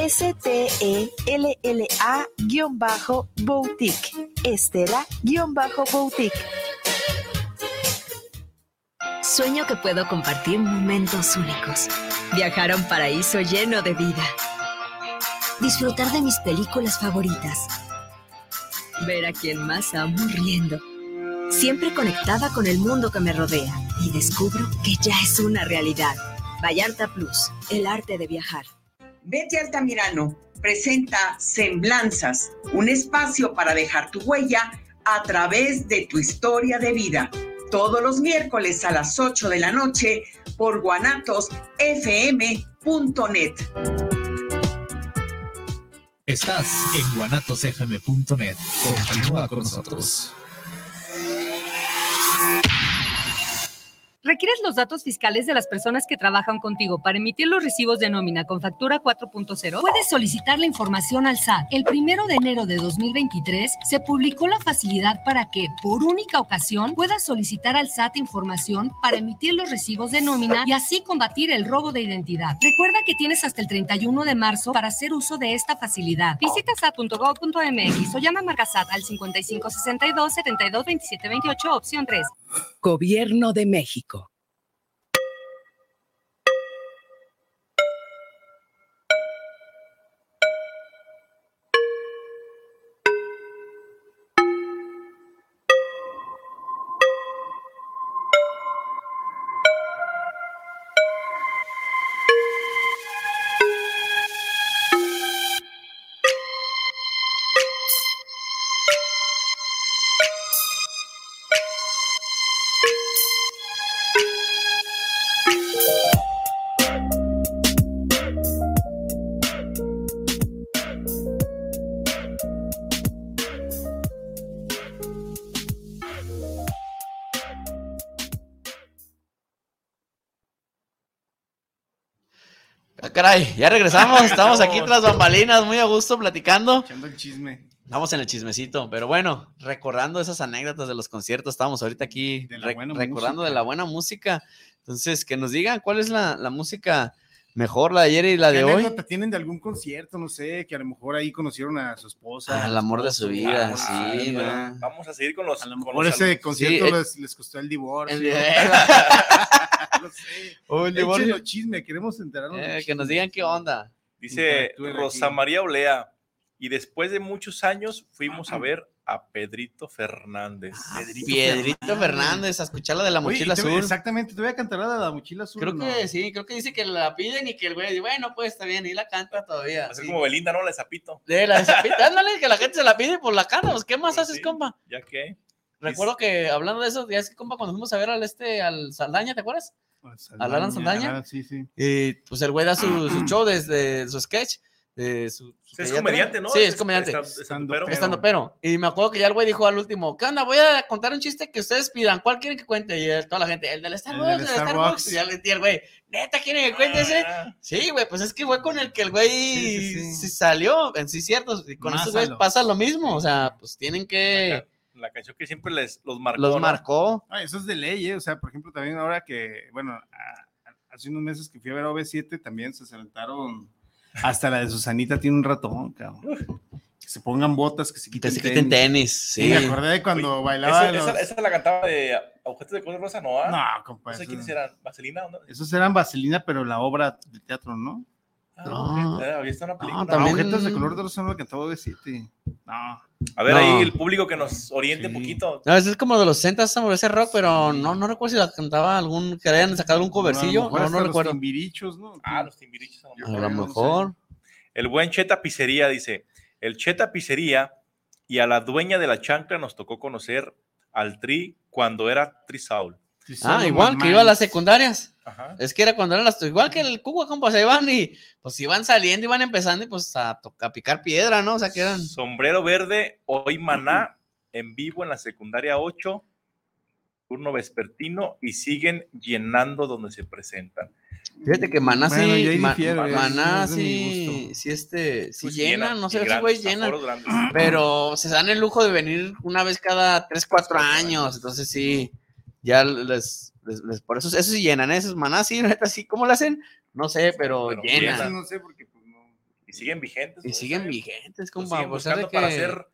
Speaker 8: E STELLA-Boutique, Estela-Boutique.
Speaker 10: Sueño que puedo compartir momentos únicos. Viajar a un paraíso lleno de vida. Disfrutar de mis películas favoritas. Ver a quien más amo riendo. Siempre conectada con el mundo que me rodea. Y descubro que ya es una realidad. Vallarta Plus, el arte de viajar.
Speaker 11: Betty Altamirano presenta Semblanzas, un espacio para dejar tu huella a través de tu historia de vida todos los miércoles a las 8 de la noche por guanatosfm.net.
Speaker 12: Estás en guanatosfm.net. Continúa con nosotros.
Speaker 13: Requieres los datos fiscales de las personas que trabajan contigo para emitir los recibos de nómina con factura 4.0.
Speaker 14: Puedes solicitar la información al SAT. El primero de enero de 2023 se publicó la facilidad para que, por única ocasión, puedas solicitar al SAT información para emitir los recibos de nómina y así combatir el robo de identidad. Recuerda que tienes hasta el 31 de marzo para hacer uso de esta facilidad.
Speaker 13: Visita sat.gov.mx o llama a Marcasat al 5562 72 27 28, opción 3.
Speaker 15: Gobierno de México.
Speaker 3: Ah, caray, ya regresamos. Estamos aquí tras bambalinas, muy a gusto platicando.
Speaker 4: Echando el chisme.
Speaker 3: Estamos en el chismecito, pero bueno, recordando esas anécdotas de los conciertos, estábamos ahorita aquí
Speaker 4: De la
Speaker 3: rec-
Speaker 4: buena
Speaker 3: recordando
Speaker 4: música.
Speaker 3: de la buena música. Entonces, que nos digan cuál es la, la música mejor, la de ayer y la
Speaker 4: ¿Qué
Speaker 3: de hoy.
Speaker 4: anécdota tienen de algún concierto? No sé, que a lo mejor ahí conocieron a su esposa.
Speaker 3: Ah, el amor de su vida,
Speaker 4: Ah,
Speaker 3: sí,
Speaker 4: bueno.
Speaker 3: ¿verdad?
Speaker 2: Vamos a seguir con los. con
Speaker 4: Por
Speaker 2: los
Speaker 4: ese
Speaker 2: saludos.
Speaker 4: concierto
Speaker 3: eh.
Speaker 4: les, les costó el divorcio.
Speaker 3: El-
Speaker 4: no sé.
Speaker 3: O
Speaker 4: Échenos
Speaker 3: el divorcio.
Speaker 4: chisme, queremos enterarnos.
Speaker 3: Eh,
Speaker 4: del
Speaker 3: que
Speaker 4: chisme.
Speaker 3: nos digan qué onda.
Speaker 2: Dice
Speaker 4: Interactúen
Speaker 2: Rosa
Speaker 4: aquí.
Speaker 2: María Olea. Y después de muchos años
Speaker 3: Ah.
Speaker 2: fuimos a ver a Pedrito Fernández. Pedrito
Speaker 3: Piedrito Fernández, a escuchar la de la
Speaker 4: Oye,
Speaker 3: mochila
Speaker 4: te voy-
Speaker 3: azul.
Speaker 4: Exactamente, te voy a cantar la de la mochila azul.
Speaker 3: Creo
Speaker 4: ¿no?
Speaker 3: que sí, creo que dice que la piden y que el güey dice, bueno, pues está bien, y la canta todavía.
Speaker 2: Así
Speaker 3: sí.
Speaker 2: como Belinda, ¿no? La zapito.
Speaker 3: De la zapita, ándale, que la gente se la pide por la cara, pues, ¿qué más
Speaker 2: Pues
Speaker 3: haces,
Speaker 2: sí.
Speaker 3: compa?
Speaker 2: ¿Ya que
Speaker 3: Recuerdo que hablando de eso, ya es que compa, cuando fuimos a ver al este, al Saldaña, ¿te acuerdas? ¿Al Alan Saldaña?
Speaker 4: Alan, sí, sí.
Speaker 3: Y pues el güey da su, su show desde su sketch. De su, su
Speaker 2: Es
Speaker 3: que ya
Speaker 2: comediante, ¿no?
Speaker 3: tenía. Sí, es comediante.
Speaker 2: Está- está
Speaker 4: Estando
Speaker 2: pero-
Speaker 4: pero-
Speaker 3: Estando pero. Y me acuerdo que ya el güey dijo al último, ¿qué onda? Voy a contar un chiste que ustedes pidan. ¿Cuál quieren que cuente? Y él- toda la gente, el del Starbucks, el del Starbucks. Y ya le decía el güey, neta, ¿quieren que cuente ese?
Speaker 2: Ah,
Speaker 3: Sí, güey, pues es que fue con el que el güey
Speaker 4: Sí, sí, sí.
Speaker 3: se salió, en sí cierto, y con
Speaker 4: Más
Speaker 3: esos güeyes
Speaker 4: a lo-
Speaker 3: pasa lo mismo, o sea, pues tienen que,
Speaker 2: La canción que siempre les los marcó.
Speaker 3: los
Speaker 2: ¿no?
Speaker 3: marcó,
Speaker 4: Ah, eso es de ley, ¿eh? O sea, por ejemplo, también ahora que, bueno, a- a- hace unos meses que fui a ver ob 7 también se saltaron. Hasta la de Susanita tiene un ratón, cabrón. Que se pongan botas, que se
Speaker 3: que
Speaker 4: quiten,
Speaker 3: se quiten tenis, sí.
Speaker 4: Sí, me acordé de cuando bailaba.
Speaker 2: Esa,
Speaker 4: los-
Speaker 2: esa- esa la cantaba de Objetos de Color Rosa, ¿no? ah?
Speaker 4: No, compa.
Speaker 2: No sé
Speaker 4: eso-
Speaker 2: quiénes eran. ¿Vaselina? o ¿no?
Speaker 4: Esos eran Vaselina, pero la obra de teatro, ¿no?
Speaker 2: Ah,
Speaker 3: No.
Speaker 2: ok. Era- había estado una película.
Speaker 3: No, también-
Speaker 4: Objetos de color de rosa no lo cantaba OV7. No.
Speaker 2: A ver,
Speaker 3: No.
Speaker 2: ahí el público que nos oriente un
Speaker 4: Sí.
Speaker 2: poquito.
Speaker 3: No, ese es como de los 60 Samuel, ese rock, pero no, no recuerdo si la cantaba algún, que le hayan sacado algún covercillo, no, no recuerdo.
Speaker 4: Timbirichos, ¿no?
Speaker 2: Ah, los timbirichos.
Speaker 3: A
Speaker 4: Yo
Speaker 3: lo
Speaker 4: creo, no sé.
Speaker 3: mejor,
Speaker 2: El buen Cheta Pizzería dice: El Cheta Pizzería y a la dueña de la chancla nos tocó conocer al Tri cuando era Tri Saul.
Speaker 4: Sí, son
Speaker 3: ah,
Speaker 4: los
Speaker 3: igual que
Speaker 4: Manmans.
Speaker 3: iba a las secundarias,
Speaker 2: Ajá.
Speaker 3: es que era cuando eran las, igual que el Cuba, compa, se iban y, pues iban saliendo, iban empezando y pues a, to- a picar piedra, ¿no? O sea, que eran...
Speaker 2: Sombrero verde, hoy maná en vivo en la secundaria 8, turno vespertino, y siguen llenando donde se presentan.
Speaker 3: Fíjate que Maná sí,
Speaker 2: Bueno, yo ahí
Speaker 3: Ma-
Speaker 2: difiero,
Speaker 3: Ma-
Speaker 2: eh,
Speaker 3: Maná
Speaker 2: no es de mi
Speaker 3: sí, sí, este, sí
Speaker 2: Pues
Speaker 3: llena,
Speaker 2: llena,
Speaker 3: no
Speaker 2: y
Speaker 3: sé, esos
Speaker 2: grandes,
Speaker 3: güeyes llenan,
Speaker 2: aforos grandes.
Speaker 3: pero se dan el lujo de venir una vez cada 3, 4 años, entonces sí, ya les, les- les- por eso, eso sí llenan, ¿eh? esos Maná sí, neta, sí, ¿cómo lo hacen? No sé, pero, llenan.
Speaker 2: llenan. No sé
Speaker 4: pues,
Speaker 2: Y siguen vigentes. pues
Speaker 3: Y siguen vigentes, compa,
Speaker 2: siguen
Speaker 3: a pesar de
Speaker 2: buscando para
Speaker 3: que- pues,
Speaker 2: hacer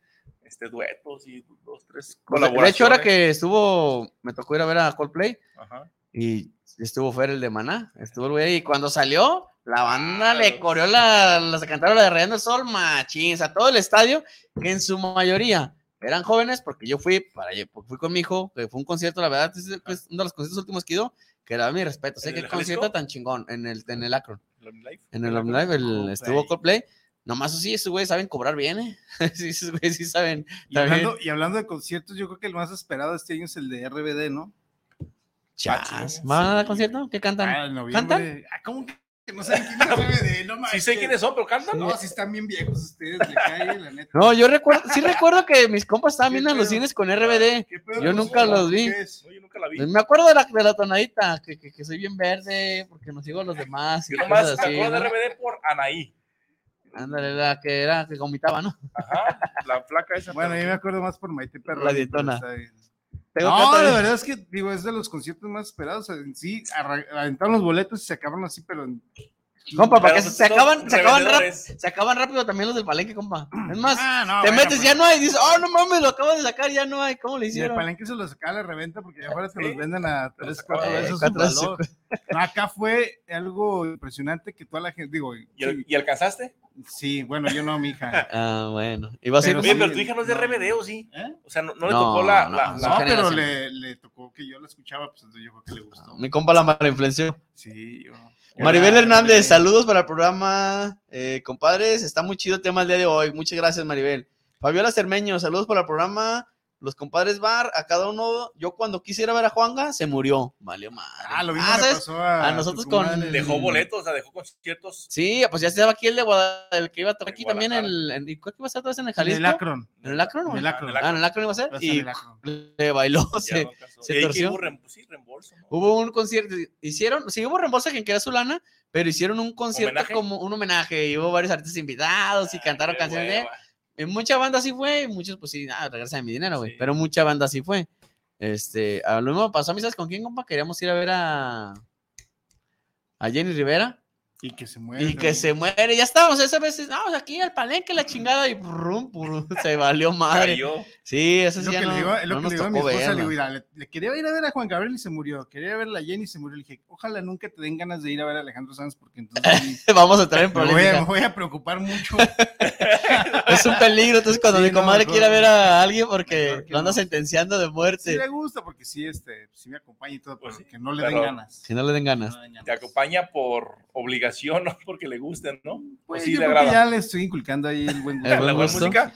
Speaker 2: este, duetos y dos, tres
Speaker 3: De hecho, ahora
Speaker 2: colaboraciones.
Speaker 3: que estuvo, me tocó ir a ver a Coldplay
Speaker 2: Ajá.
Speaker 3: y estuvo Fer el de Maná, estuvo el güey, y cuando salió, la banda le corrió la, la cantaron la de Rayando el Sol, machins, a todo el estadio, que en su mayoría eran jóvenes, porque yo fui para allá, porque fui con mi hijo, que fue un concierto, la verdad, es, es uno de los conciertos últimos que he ido, que la verdad, mi respeto, sé
Speaker 2: ¿En
Speaker 3: que
Speaker 2: el
Speaker 3: concierto
Speaker 2: Jalisco?
Speaker 3: tan chingón, en el, en el Akron.
Speaker 2: ¿El OmniLife?
Speaker 3: En el OmniLife el, estuvo Coldplay. Nomás sí, esos güeyes saben cobrar bien, ¿eh? sí, esos güeyes sí saben.
Speaker 4: Y
Speaker 3: también.
Speaker 4: hablando, y hablando de conciertos, yo creo que el más esperado este año es el de RBD, ¿no?
Speaker 3: Chas. Ah, ¿Van a dar concierto? ¿Qué cantan?
Speaker 4: Ah, en noviembre.
Speaker 3: ¿Cantan?
Speaker 4: Ah, ¿Cómo que no saben quién es RBD? No
Speaker 2: Sí sé quiénes son, pero cantan.
Speaker 4: No, si están bien viejos ustedes, le cae, la neta.
Speaker 3: No, yo recuerdo, sí recuerdo que mis compas estaban viendo los cines con RBD.
Speaker 4: Ah, pedo
Speaker 3: Yo
Speaker 4: con
Speaker 3: nunca
Speaker 4: eso?
Speaker 3: los vi.
Speaker 4: ¿Qué es?
Speaker 2: No, yo nunca la vi.
Speaker 3: Me acuerdo de la, de la tonadita, que, que- que soy bien verde, porque no sigo a los demás. Y
Speaker 2: Yo nomás
Speaker 3: cosas
Speaker 2: me
Speaker 3: así,
Speaker 2: acuerdo de
Speaker 3: ¿no?
Speaker 2: RBD por Anaí,
Speaker 3: Ándale, la que era, que vomitaba, ¿no?
Speaker 2: la flaca esa.
Speaker 4: Bueno, yo me acuerdo más por Maite Perro.
Speaker 3: La dietona. Tengo
Speaker 4: No,
Speaker 3: que-
Speaker 4: la verdad es que digo, es de los conciertos más esperados. o sea, en Sí, arra- aventaron los boletos y se acaban así, pero. en-
Speaker 3: Compa, para que se, se
Speaker 4: Pero
Speaker 3: acaban, se acaban, rap-
Speaker 4: revendedores.
Speaker 3: se acaban rápido también los del palenque, compa. Es más,
Speaker 4: Ah,
Speaker 2: Ah,
Speaker 4: no,
Speaker 3: te
Speaker 4: bueno,
Speaker 2: pues.
Speaker 3: metes, ya no hay. Dices, oh, no mames, lo acabo de sacar, ya no hay. ¿Cómo le
Speaker 4: Y el
Speaker 3: hicieron?
Speaker 4: palenque se los saca a la reventa porque ya afuera se los venden a tres, cuatro
Speaker 3: eh,
Speaker 4: veces su
Speaker 3: cuatro veces su
Speaker 4: valor. No, acá fue algo impresionante que toda la gente, digo. sí,
Speaker 2: ¿Y alcanzaste?
Speaker 4: Sí, bueno, yo no, mi hija.
Speaker 3: Ah, bueno. Iba a ser.
Speaker 2: Pero, Oye, pero tu hija no es de RBD, ¿o sí? O sea, no, no le
Speaker 3: No,
Speaker 2: tocó la...
Speaker 3: no,
Speaker 2: la- la-
Speaker 3: no,
Speaker 4: ¿Eh? No,
Speaker 3: Son
Speaker 4: pero
Speaker 3: generaciones.
Speaker 4: le, le tocó que yo la escuchaba, pues entonces yo creo que le gustó.
Speaker 3: Mi compa la mala influenció.
Speaker 4: Sí, yo.
Speaker 3: Maribel
Speaker 4: Era-
Speaker 3: Hernández, saludos para el programa. Eh, compadres, está muy chido el tema el día de hoy. Muchas gracias, Maribel. Fabiola Cermeño, saludos para el programa. Los compadres Bar, a cada uno. Yo cuando quisiera ver a Juanga, se murió. Valió madre.
Speaker 4: Ah, lo mismo
Speaker 3: Ah,
Speaker 4: le
Speaker 3: ¿sabes?
Speaker 4: pasó a,
Speaker 3: A nosotros
Speaker 4: tu
Speaker 3: con-
Speaker 4: comadre.
Speaker 2: Dejó boletos, o sea, dejó conciertos.
Speaker 3: Sí, pues ya estaba aquí el de Guadalajara, el que iba a tocar aquí también. El, en, ¿Cuál que iba a estar otra vez en el Jalisco?
Speaker 4: el Akron.
Speaker 3: ¿En el Akron? o-
Speaker 4: En el Akron.
Speaker 3: Ah, en el Akron iba a ser.
Speaker 4: Va a ser
Speaker 3: Y
Speaker 4: el Akron.
Speaker 3: le bailó,
Speaker 2: Ya
Speaker 3: se,
Speaker 2: no alcanzó.
Speaker 3: se
Speaker 2: Y ahí que
Speaker 3: torció.
Speaker 2: hubo rem- sí, reembolso. ¿no?
Speaker 3: Hubo un concierto, hicieron, sí hubo reembolso a quien quiera su lana, pero hicieron un concierto
Speaker 2: ¿Homenaje? Ah,
Speaker 3: como un homenaje y hubo varios artistas invitados y cantaron
Speaker 2: qué
Speaker 3: canciones de...
Speaker 2: hueva.
Speaker 3: En mucha banda sí fue, y muchos pues sí, ah, regresa mi dinero, güey, pero mucha banda sí fue. Este, a lo mismo pasó a mí, ¿sabes con quién, compa? Queríamos ir a ver a, a Jenny Rivera
Speaker 4: Y que se muere.
Speaker 3: y que se muere, ya estábamos esas veces, no, aquí al palenque la chingada y brum, brum, se valió madre.
Speaker 4: Cayó.
Speaker 3: Sí, eso
Speaker 4: Es lo
Speaker 3: sí ya
Speaker 4: que
Speaker 3: no,
Speaker 4: le digo, es lo
Speaker 3: no
Speaker 4: que
Speaker 3: nos
Speaker 4: le digo a mi
Speaker 3: tocó
Speaker 4: esposa, le digo,
Speaker 3: verla.
Speaker 4: "Mira, le, le quería ir a ver a Juan Gabriel y se murió, quería ver a la Jenny y se murió, le dije, ojalá nunca te den ganas de ir a ver a Alejandro Sanz porque entonces sí,
Speaker 3: Vamos a entrar en
Speaker 4: me, voy a, me
Speaker 3: polémica.
Speaker 4: voy a preocupar mucho.
Speaker 3: Es un peligro, entonces cuando
Speaker 4: Sí,
Speaker 3: mi
Speaker 4: no,
Speaker 3: comadre
Speaker 4: mejor-
Speaker 3: quiera ver a alguien porque lo anda sentenciando de
Speaker 4: Si
Speaker 3: muerte.
Speaker 4: le gusta porque sí, este, sí me acompaña y todo, pero que no le
Speaker 2: Pues pero-
Speaker 4: den ganas.
Speaker 3: Si no le den ganas.
Speaker 2: Te acompaña por obligación, no porque le gusten, ¿no? Pues sí,
Speaker 4: yo
Speaker 2: le
Speaker 4: creo que
Speaker 2: agrada.
Speaker 4: ya le estoy inculcando ahí el buen gusto.
Speaker 3: El buen
Speaker 4: La buena
Speaker 3: gusto.
Speaker 4: música.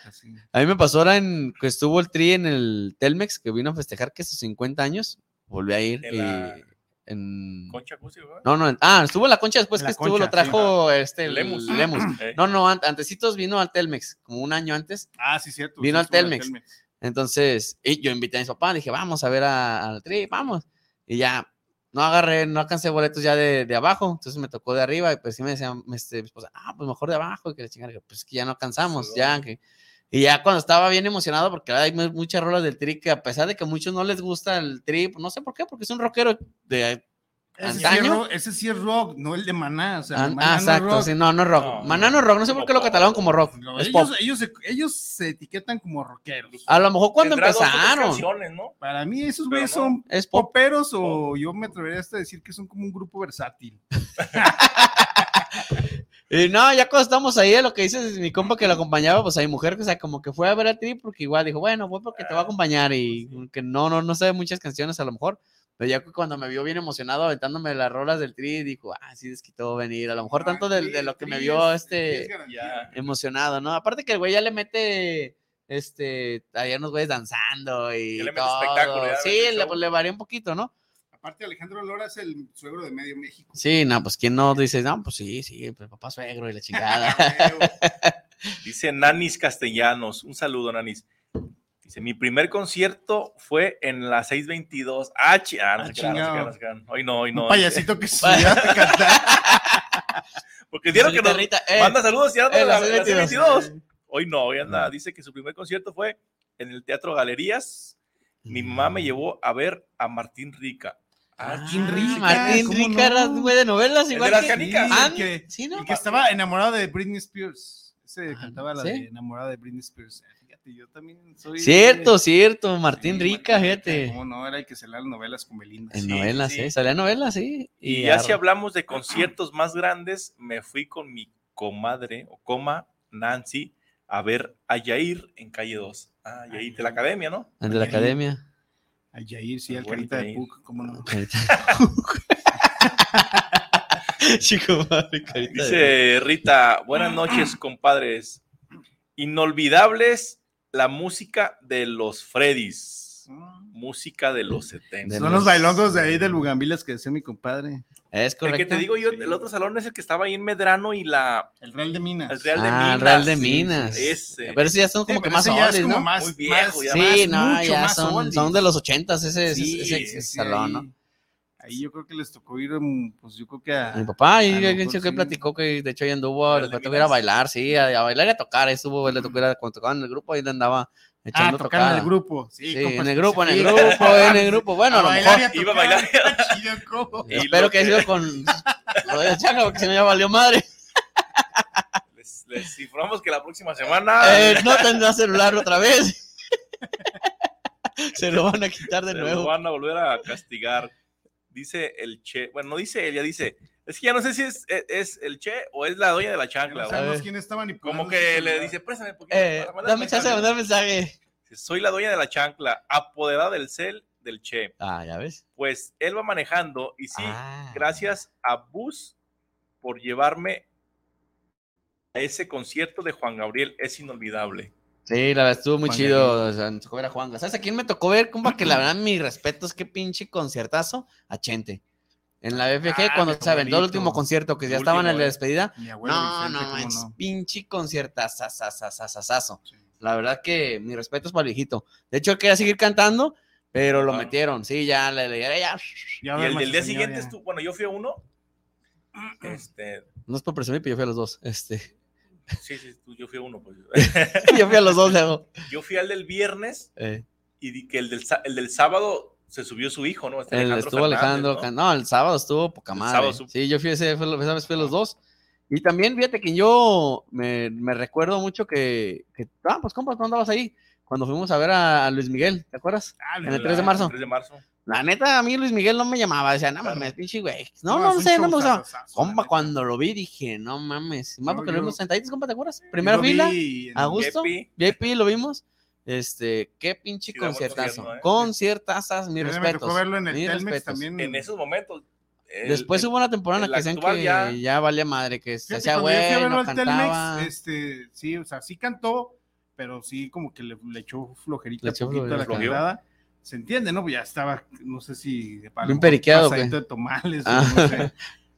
Speaker 3: A mí me pasó ahora en que estuvo el tri en el Telmex, que vino a festejar que sus 50 años, volví a ir.
Speaker 2: En
Speaker 3: y-
Speaker 2: la-
Speaker 3: en-
Speaker 2: Concha Cusi, ¿verdad?
Speaker 3: No, no, en- ah, estuvo en la concha después
Speaker 2: En la
Speaker 3: que estuvo,
Speaker 2: Concha,
Speaker 3: lo trajo este el-
Speaker 2: Lemus.
Speaker 3: Lemus.
Speaker 2: Eh.
Speaker 3: No, no, an- antecitos vino al Telmex, como un año antes.
Speaker 4: Ah, sí, cierto. sí,
Speaker 3: Vino al
Speaker 4: estuvo en el
Speaker 3: Telmex. Entonces, y yo invité a mis papás, dije, vamos a ver a- al tri, vamos. Y ya, no agarré, no alcancé boletos ya de, de abajo, entonces me tocó de arriba y pues sí me decían, este, mi esposa, ah, pues mejor de abajo, y que la chingada, que, pues es que ya no alcanzamos, ya. que- Y ya cuando estaba bien emocionado, porque hay mu- muchas rolas del tri que a pesar de que a muchos no les gusta el tri, pues no sé por qué, porque es un rockero de
Speaker 4: Ese sí, es
Speaker 3: antaño.
Speaker 4: rock, ese sí es rock, no el de Maná. O sea,
Speaker 3: Ah,
Speaker 4: Maná
Speaker 3: ah, exacto,
Speaker 4: no es rock.
Speaker 3: sí, no, no es rock. Maná no es rock, no sé por qué lo catalogan como rock.
Speaker 4: No,
Speaker 3: es
Speaker 4: ellos,
Speaker 3: pop. Ah.
Speaker 4: ellos se, ellos se etiquetan como rockeros.
Speaker 3: A lo mejor cuando
Speaker 4: Tendrá dos o tres
Speaker 3: empezaron.
Speaker 4: canciones, ¿no? Para mí esos güeyes son
Speaker 3: es
Speaker 4: poperos o yo me atrevería hasta a decir que son como un grupo versátil.
Speaker 3: Y no, ya cuando estamos ahí, lo que dices, mi compa que lo acompañaba, pues hay mujer que, o sea, como que fue a ver a ti, porque igual dijo, bueno, voy porque
Speaker 4: Ah,
Speaker 3: te voy a acompañar y
Speaker 4: pues
Speaker 3: que no, no, no sabe muchas canciones a lo mejor. Pero ya que cuando me vio bien emocionado aventándome las rolas del tri, dijo, ah, sí, desquitó venir. A lo
Speaker 4: Ah,
Speaker 3: mejor tanto de, de lo que me vio este emocionado, ¿no? Aparte que el güey ya le mete, este, había unos güeyes danzando y
Speaker 4: Ya le mete
Speaker 3: todo.
Speaker 4: espectáculo, ya le
Speaker 3: Sí,
Speaker 4: mete
Speaker 3: le,
Speaker 4: show.
Speaker 3: pues, le varía un poquito, ¿no?
Speaker 4: Aparte, Alejandro Lora es el suegro de Medio México.
Speaker 3: Sí, no, pues quién no dice, no, pues sí, sí, pues papá suegro y la
Speaker 4: Ah,
Speaker 3: chingada.
Speaker 2: Dice Nanis Castellanos, un saludo, Nanis. Dice, mi primer concierto fue en la 622. Ah, chi- ah, no se crean, no se
Speaker 4: chingado.
Speaker 2: crean, no se crean. Hoy no, hoy no.
Speaker 4: Un payasito que se hubiera de cantar.
Speaker 2: Porque dieron que
Speaker 4: Rita,
Speaker 2: nos
Speaker 4: Rita, eh.
Speaker 2: manda saludos y anda
Speaker 4: Eh,
Speaker 2: en la,
Speaker 4: la
Speaker 2: en la
Speaker 4: 622.
Speaker 2: 622. Hoy no, hoy anda. Dice que su primer concierto fue en el Teatro Galerías. Mi mamá me llevó a ver a Martín Rica. Ah,
Speaker 4: Martín Rica.
Speaker 3: Martín
Speaker 4: ¿cómo
Speaker 3: Rica era güey de novelas
Speaker 2: El
Speaker 3: igual.
Speaker 2: de las
Speaker 3: que-
Speaker 2: canicas.
Speaker 3: Ah,
Speaker 4: El que,
Speaker 3: sí, ¿no? Ah,
Speaker 4: el que estaba enamorado de Britney Spears. Ese cantaba la
Speaker 3: ¿sí?
Speaker 4: de enamorada de Britney Spears. Eh, Fíjate, yo también soy.
Speaker 3: Cierto, cierto, Martín Rica, fíjate.
Speaker 4: Como no, era el que se las novelas con Belinda.
Speaker 3: En novelas, ¿eh? Salía en novelas, sí.
Speaker 2: Y ya
Speaker 3: ar-
Speaker 2: si hablamos de conciertos más grandes, me fui con mi comadre o coma Nancy a ver a Yair en calle 2. Ah, Yair de la academia, ¿no?
Speaker 3: el de la academia.
Speaker 4: A Jair, sí, al
Speaker 2: buen
Speaker 4: carita de
Speaker 2: Yair.
Speaker 4: Puc, cómo no.
Speaker 3: Chico, madre, carita de-
Speaker 2: Dice Rita, buenas noches, compadres. Inolvidables la música de los Freddys. Música de los 70.
Speaker 4: Son los bailongos de ahí de Lugambilas que decía mi compadre.
Speaker 3: Es
Speaker 2: El que te digo yo, el otro salón es el que estaba ahí en Medrano y la.
Speaker 4: El Real de Minas.
Speaker 2: El Real de
Speaker 3: Ah,
Speaker 2: Minas.
Speaker 3: el Real de
Speaker 2: sí,
Speaker 3: Minas.
Speaker 2: ese.
Speaker 3: Pero sí, ya son Ah, como que
Speaker 2: pero
Speaker 3: más
Speaker 2: ese ya es
Speaker 3: oldies,
Speaker 2: como
Speaker 3: ¿no?
Speaker 2: más- Muy viejo,
Speaker 3: más-
Speaker 2: ya
Speaker 3: Sí,
Speaker 2: más-
Speaker 3: no,
Speaker 2: mucho
Speaker 3: ya
Speaker 2: más
Speaker 3: son,
Speaker 2: oldies.
Speaker 3: son de los ochentas ese, ese-
Speaker 2: Sí,
Speaker 3: ese- ese
Speaker 2: sí,
Speaker 3: salón,
Speaker 4: ahí-
Speaker 3: ¿no?
Speaker 4: Ahí yo creo que les tocó ir, mm, pues yo creo que a.
Speaker 3: Mi papá, y
Speaker 4: a lo
Speaker 3: alguien
Speaker 4: mejor
Speaker 3: que
Speaker 4: sí.
Speaker 3: platicó que de hecho ya anduvo, le
Speaker 4: Real de
Speaker 3: tocó ir a
Speaker 4: Minas.
Speaker 3: bailar, sí, a, a bailar y a tocar, ahí estuvo, le tocó ir a- cuando tocaban en el grupo, ahí le andaba echando
Speaker 4: tocar Ah, en el
Speaker 3: tocada.
Speaker 4: grupo, sí,
Speaker 3: Sí,
Speaker 4: compas,
Speaker 3: en el
Speaker 4: que
Speaker 3: grupo, en
Speaker 4: se
Speaker 3: el
Speaker 4: fijan.
Speaker 3: grupo, en el grupo, bueno,
Speaker 4: A
Speaker 3: a lo
Speaker 4: bailar y a
Speaker 3: mejor.
Speaker 4: Iba a bailar. Chido, ¿cómo?
Speaker 2: Y
Speaker 3: Espero
Speaker 2: lo
Speaker 3: que haya
Speaker 2: que-
Speaker 3: sido con lo de la chaca, porque si no ya valió madre.
Speaker 2: Les, les informamos que la próxima semana.
Speaker 3: Eh, no tendrá celular otra vez. Se lo van a quitar de
Speaker 2: Se
Speaker 3: nuevo.
Speaker 2: Lo van a volver a castigar. Dice el Che. Bueno, no dice él, ya dice. Es que ya no sé si es, es, es el Che o es la doña de la chancla.
Speaker 4: No
Speaker 2: güey.
Speaker 4: sabemos quién está manipulando.
Speaker 2: Como que
Speaker 4: su
Speaker 2: le
Speaker 4: celular.
Speaker 2: dice, préstame poquito.
Speaker 3: Eh,
Speaker 2: para mandar
Speaker 3: dame
Speaker 2: un
Speaker 3: chance de
Speaker 2: mensaje".
Speaker 3: mandar mensaje.
Speaker 2: Dice, Soy la doña de la chancla, apoderada del cel del Che.
Speaker 3: Ah, ya ves.
Speaker 2: Pues él va manejando y sí,
Speaker 3: Ah.
Speaker 2: gracias a Bus por llevarme a ese concierto de Juan Gabriel. Es inolvidable.
Speaker 3: Sí, la verdad estuvo muy
Speaker 2: Juan
Speaker 3: chido. O sea, me tocó ver a Juan. ¿Sabes a quién me tocó ver? Compa, que la verdad, mis respetos, qué pinche conciertazo a Chente. En la BFG,
Speaker 4: Ah,
Speaker 3: cuando
Speaker 4: mi
Speaker 3: se aventó el
Speaker 4: abuelito.
Speaker 3: último concierto, que
Speaker 4: El
Speaker 3: ya estaban en
Speaker 4: último,
Speaker 3: la
Speaker 4: eh.
Speaker 3: despedida.
Speaker 4: Mi abuelo
Speaker 3: No,
Speaker 4: Vicente,
Speaker 3: no,
Speaker 4: ¿cómo
Speaker 3: manches,
Speaker 4: no?
Speaker 3: pinche conciertazazazazazazo. La verdad que mis respetos para el viejito. De hecho, él quería seguir cantando, pero lo metieron. Sí, ya, le le- ya, ya.
Speaker 2: y el del día siguiente estuvo, bueno, yo fui a uno. Este,
Speaker 3: No es por presumir, pero yo fui a los dos. Este,
Speaker 2: sí, sí, tú- yo fui a uno. Pues.
Speaker 3: yo fui a los dos, luego.
Speaker 2: Yo fui al del viernes
Speaker 3: Eh,
Speaker 2: y di que el del, sa- el del sábado se subió su hijo, ¿no? Este
Speaker 3: el-
Speaker 2: Alejandro
Speaker 3: estuvo
Speaker 2: Fernández,
Speaker 3: Alejandro.
Speaker 2: ¿no?
Speaker 3: Can- ¿no? el sábado estuvo poca
Speaker 2: El
Speaker 3: madre.
Speaker 2: sábado estuvo-
Speaker 3: Sí, yo fui ese, fue, lo- esa vez fui a los dos. Y también, fíjate que yo me, me recuerdo mucho que, que- Ah, pues compas, ¿tú andabas ahí? Cuando fuimos a ver a, a Luis Miguel, ¿te acuerdas?
Speaker 2: Ah,
Speaker 3: en el 3 de marzo.
Speaker 2: El 3 de marzo.
Speaker 3: La neta, a mí Luis Miguel no me llamaba, decía, no mames, pinche güey. No, no,
Speaker 4: es
Speaker 3: no
Speaker 4: un
Speaker 3: sé, no me gustaba.
Speaker 4: showzazazazo,
Speaker 3: Compa, cuando lo vi dije, no mames. Más porque
Speaker 4: yo-
Speaker 3: lo vimos sentaditos, compa, ¿te acuerdas? Primera
Speaker 4: lo
Speaker 3: fila,
Speaker 4: vi en
Speaker 3: a gusto.
Speaker 4: VIP.
Speaker 3: VIP, lo vimos. Este, qué pinche
Speaker 2: Sí, da buen
Speaker 3: conciertazo.
Speaker 2: concierto, ¿eh?
Speaker 4: A
Speaker 3: Conciertazas, mis
Speaker 4: mí Me
Speaker 3: respetos.
Speaker 4: tocó verlo en el
Speaker 3: mis
Speaker 4: Telmex
Speaker 3: respetos.
Speaker 4: también.
Speaker 2: En esos momentos. el-
Speaker 3: Mm. Después
Speaker 2: el-
Speaker 3: hubo una temporada en la
Speaker 2: el
Speaker 3: que decían
Speaker 2: actual
Speaker 3: que
Speaker 2: ya-
Speaker 3: ya, valía madre, que se
Speaker 4: Fíjate,
Speaker 3: hacía
Speaker 4: cuando yo fui a
Speaker 3: güey,
Speaker 4: verlo
Speaker 3: no
Speaker 4: al
Speaker 3: cantaba.
Speaker 4: Telmex, este, sí, o sea, sí cantó, pero sí como que le, le echó flojerita
Speaker 3: Le echó
Speaker 4: poquito a la
Speaker 3: flojerita.
Speaker 4: cantada. Se entiende, ¿no? Pues ya estaba, no sé si de
Speaker 3: Bien periqueado,
Speaker 4: pasadito
Speaker 3: ¿qué?
Speaker 4: de tomales,
Speaker 3: Ah.
Speaker 4: o no sé.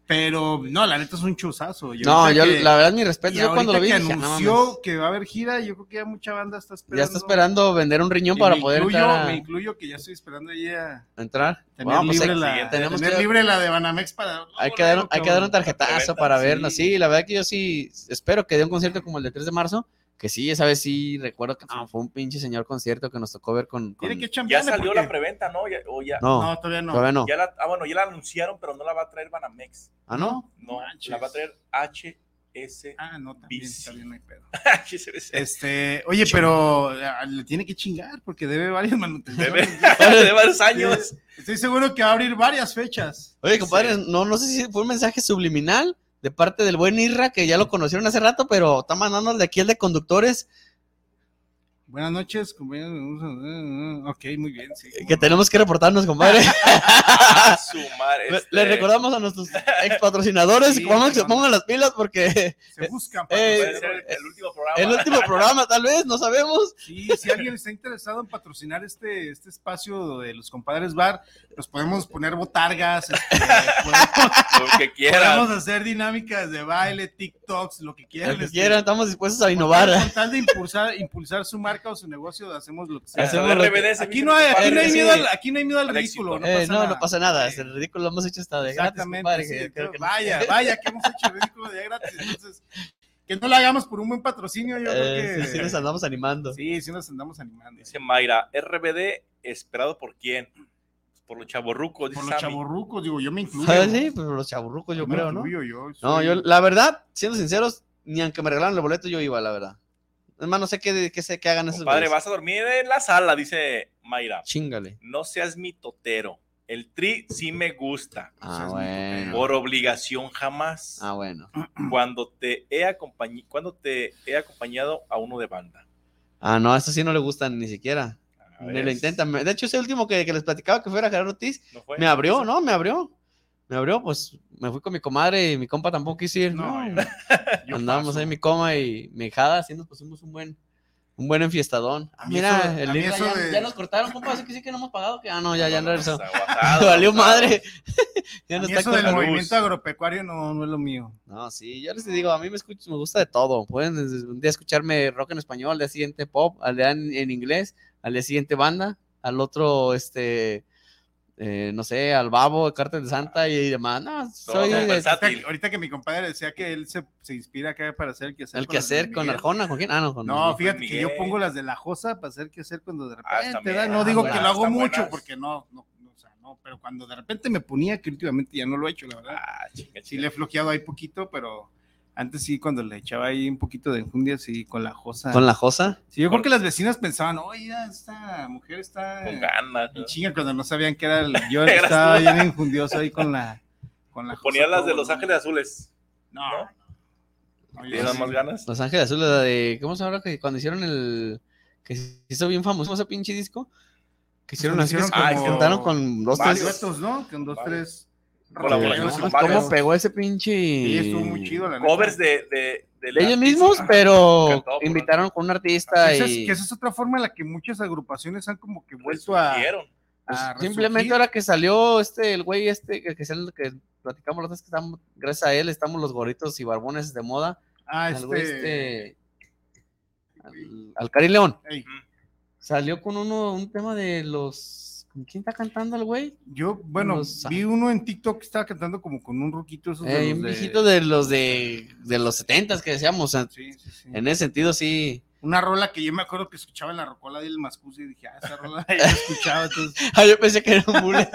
Speaker 4: Pero no, la neta es un chuzazo.
Speaker 3: No, yo- la verdad, mi respeto,
Speaker 4: y
Speaker 3: yo cuando
Speaker 4: ahorita
Speaker 3: lo vi
Speaker 4: que
Speaker 3: dije, "Ah, no
Speaker 4: anunció
Speaker 3: mames.
Speaker 4: que va a haber gira, yo creo que ya mucha banda está esperando.
Speaker 3: Ya está esperando vender un riñón
Speaker 4: Y
Speaker 3: para
Speaker 4: me
Speaker 3: poder
Speaker 4: incluyo,
Speaker 3: entrar. a-
Speaker 4: Me incluyo que ya estoy esperando ahí a
Speaker 3: entrar.
Speaker 4: tener,
Speaker 3: Bueno, pues,
Speaker 4: libre,
Speaker 3: eh,
Speaker 4: la,
Speaker 3: tenemos
Speaker 4: tener
Speaker 3: que-
Speaker 4: libre la de Banamex para...
Speaker 3: Hay que, dar, un- hay que dar un
Speaker 4: cabrón.
Speaker 3: tarjetazo
Speaker 4: Preventa,
Speaker 3: para
Speaker 4: sí.
Speaker 3: verla. Sí, la verdad que yo sí espero que dé un concierto como el de 3 de marzo. Que sí, esa vez sí recuerdo que
Speaker 4: Ah.
Speaker 3: no, fue un pinche señor concierto que nos tocó ver con. con-
Speaker 2: Ya salió la preventa, ¿no? Ya- o ya-
Speaker 3: No, No, todavía no. todavía no.
Speaker 2: Ya la, ah, bueno, ya la anunciaron, pero no la va a traer Banamex.
Speaker 3: Ah, ¿no?
Speaker 2: No,
Speaker 4: Manches.
Speaker 2: la va a traer HS.
Speaker 4: Ah, no, también, también no hay pedo.
Speaker 2: HSBC.
Speaker 4: Este, oye, pero ah, le tiene que chingar porque debe varias manutenciones.
Speaker 2: Debe- de varios años.
Speaker 4: Estoy seguro que va a abrir varias fechas.
Speaker 3: Oye, compadre, no, no sé si fue un mensaje subliminal de parte del buen Irra, que ya lo conocieron hace rato, pero está mandando el de aquí el de conductores,
Speaker 4: Buenas noches, compañeros. Ah, ah, Ok, muy bien. sí.
Speaker 3: que tenemos que reportarnos, compadre.
Speaker 2: Ah, su madre,
Speaker 3: Le-
Speaker 2: este,
Speaker 3: Le recordamos a nuestros ex patrocinadores
Speaker 2: Sí,
Speaker 3: que se
Speaker 2: no,
Speaker 3: pongan las pilas porque
Speaker 4: Se buscan.
Speaker 3: eh,
Speaker 2: Puede ser el último
Speaker 4: Ah,
Speaker 2: programa.
Speaker 3: el último programa tal vez, no sabemos.
Speaker 4: Sí, si alguien está interesado en patrocinar este, pues este espacio de los compadres bar, nos podemos poner botargas, este, podemos,
Speaker 2: Lo que
Speaker 4: Vamos a
Speaker 2: quieran.
Speaker 4: hacer dinámicas de baile, TikToks, lo que quieran.
Speaker 3: Lo que
Speaker 4: este,
Speaker 3: quieran, estamos dispuestos a innovar.
Speaker 4: Con tal de impulsar, impulsar su marca o su negocio, hacemos lo que sea.
Speaker 3: Hacemos lo que-
Speaker 4: aquí, no hay, aquí, no hay
Speaker 3: Sí.
Speaker 4: miedo al, aquí no hay miedo al ridículo. No
Speaker 3: Eh,
Speaker 4: pasa
Speaker 3: no,
Speaker 4: nada.
Speaker 3: no pasa nada. Es el ridículo lo hemos hecho hasta de gratis,
Speaker 4: Exactamente,
Speaker 3: compadre,
Speaker 4: sí,
Speaker 3: que creo que no.
Speaker 4: Vaya, vaya, que hemos hecho ridículo de gratis. Entonces, que no lo hagamos por un buen patrocinio, yo
Speaker 3: Eh,
Speaker 4: creo que.
Speaker 3: sí, sí nos andamos animando.
Speaker 4: Sí, sí nos andamos animando.
Speaker 2: Dice Mayra, RBD, ¿esperado por quién? Por los chavorrucos, dice
Speaker 4: Por los
Speaker 2: Sammy.
Speaker 4: chavorrucos, digo, yo me incluyo.
Speaker 3: Ah, sí, pues los chaburrucos, yo
Speaker 4: me
Speaker 3: creo, ¿no?
Speaker 4: incluyo, yo
Speaker 3: No,
Speaker 4: soy-
Speaker 3: yo, la verdad, siendo sinceros, ni aunque me regalaran el boleto, yo iba, la verdad. Es más, no sé qué, qué, sé- qué hagan esos
Speaker 2: Padre,
Speaker 3: güeyes.
Speaker 2: vas a dormir en la sala, dice Mayra.
Speaker 3: Chíngale.
Speaker 2: No seas mitotero. El tri sí me gusta.
Speaker 3: Ah, bueno.
Speaker 2: Por obligación jamás.
Speaker 3: Ah, bueno.
Speaker 2: Cuando te he acompañado, cuando te he acompañado a uno de banda.
Speaker 3: Ah, no, a estos sí no le gustan ni siquiera. Ni lo
Speaker 2: ves.
Speaker 3: intentan. De hecho, ese último que, que les platicaba que fuera Gerardo Ortiz,
Speaker 2: ¿No fue?
Speaker 3: me abrió, ¿no? Me abrió. Me abrió, pues me fui con mi comadre y mi compa tampoco quiso ir. No, Andábamos ahí mi coma y mi hijada, así nos pusimos un buen, un buen enfiestadón. Ah,
Speaker 4: A mí
Speaker 3: mira,
Speaker 4: eso- a
Speaker 3: el
Speaker 4: mí
Speaker 3: libro
Speaker 4: eso
Speaker 3: ya,
Speaker 4: de-
Speaker 3: ya nos cortaron, compa, así que sí que no hemos pagado. Que, ah, no, ya, ya no regresó.
Speaker 4: aguasado,
Speaker 3: Valió
Speaker 4: aguasado.
Speaker 3: madre. ya
Speaker 4: A
Speaker 3: no
Speaker 4: mí
Speaker 3: está
Speaker 4: eso
Speaker 3: con
Speaker 4: del
Speaker 3: la luz.
Speaker 4: movimiento agropecuario no, no es lo mío.
Speaker 3: No, sí, yo les digo, a mí me, escucho, me gusta de todo. Pueden desde un día escucharme rock en español, al día siguiente pop, al día en, en inglés, al día siguiente banda, al otro, este, eh, no sé, al babo, de Cártel de Santa y demás. No, soy de-
Speaker 4: ahorita, ahorita que mi compadre decía que él se, se inspira acá para hacer el quehacer.
Speaker 3: el
Speaker 4: con las de
Speaker 3: quehacer con
Speaker 4: Miguel.
Speaker 3: Arjona, ¿con quién? Ah, no, con
Speaker 4: No,
Speaker 3: Miguel.
Speaker 4: fíjate que yo pongo las de la Josa para hacer quehacer cuando de
Speaker 3: Ah, está
Speaker 4: repente,
Speaker 3: bien.
Speaker 4: ¿verdad?
Speaker 3: Ah,
Speaker 4: no digo
Speaker 3: buenas,
Speaker 4: que lo hago
Speaker 3: están
Speaker 4: mucho
Speaker 3: buenas.
Speaker 4: porque no, no, no, o sea, no, pero cuando de repente me ponía, que últimamente ya no lo he hecho, la verdad.
Speaker 2: Ah,
Speaker 4: sí le he flojeado ahí poquito, pero antes sí, cuando le echaba ahí un poquito de enjundia, sí, con la Josa.
Speaker 3: ¿Con la Josa?
Speaker 4: Sí, yo creo que las vecinas pensaban, oye, esta mujer está...
Speaker 2: Con ganas.
Speaker 4: en chinga, cuando no sabían que era el- yo estaba bien enjundioso ahí con la... Con la
Speaker 2: Ponía
Speaker 4: Josa
Speaker 2: las de
Speaker 4: todo,
Speaker 2: Los
Speaker 4: ¿no?
Speaker 2: Ángeles Azules.
Speaker 4: No.
Speaker 2: ¿Te dan más ganas?
Speaker 3: Los Ángeles Azules, la de, ¿cómo se llama? Que cuando hicieron el, que se hizo bien famoso ese pinche disco, que hicieron
Speaker 4: Cuando
Speaker 3: así, que
Speaker 4: hicieron
Speaker 3: se
Speaker 4: como
Speaker 3: cantaron con dos, tres.
Speaker 4: varios duetos, ¿no? Con dos, tres...
Speaker 3: No, Pues,
Speaker 4: colaboraciones con varios.
Speaker 3: ¿Cómo pegó ese pinche?
Speaker 4: Sí, estuvo muy chido, la neta.
Speaker 2: Covers de, de, de Ah, la-
Speaker 3: Ellos mismos, pero invitaron con un artista
Speaker 4: Esa es-
Speaker 3: y
Speaker 4: que esa es otra forma en la que muchas agrupaciones han como que vuelto a...
Speaker 3: pues,
Speaker 4: a
Speaker 3: simplemente ahora que salió este, el güey este, que, que es el que platicamos los que estamos, gracias a él, estamos los gorritos y barbones de moda.
Speaker 4: Ah,
Speaker 3: Al güey
Speaker 4: este-
Speaker 3: este- al, al Cari León.
Speaker 4: Ey.
Speaker 3: Salió con uno, un tema de los, ¿con quién está cantando el güey?
Speaker 4: Yo, bueno,
Speaker 3: Los-
Speaker 4: vi uno en TikTok que estaba cantando como con un roquito esos de
Speaker 3: Eh,
Speaker 4: los
Speaker 3: un
Speaker 4: de-
Speaker 3: viejito de los de, de los setentas que decíamos. o sea, En e- ese sentido, sí.
Speaker 4: Una rola que yo me acuerdo que escuchaba en la rocola del Mascusi y dije, ah, esa rola ya la he escuchado. Entonces,
Speaker 3: Ah, yo pensé que era un bullet.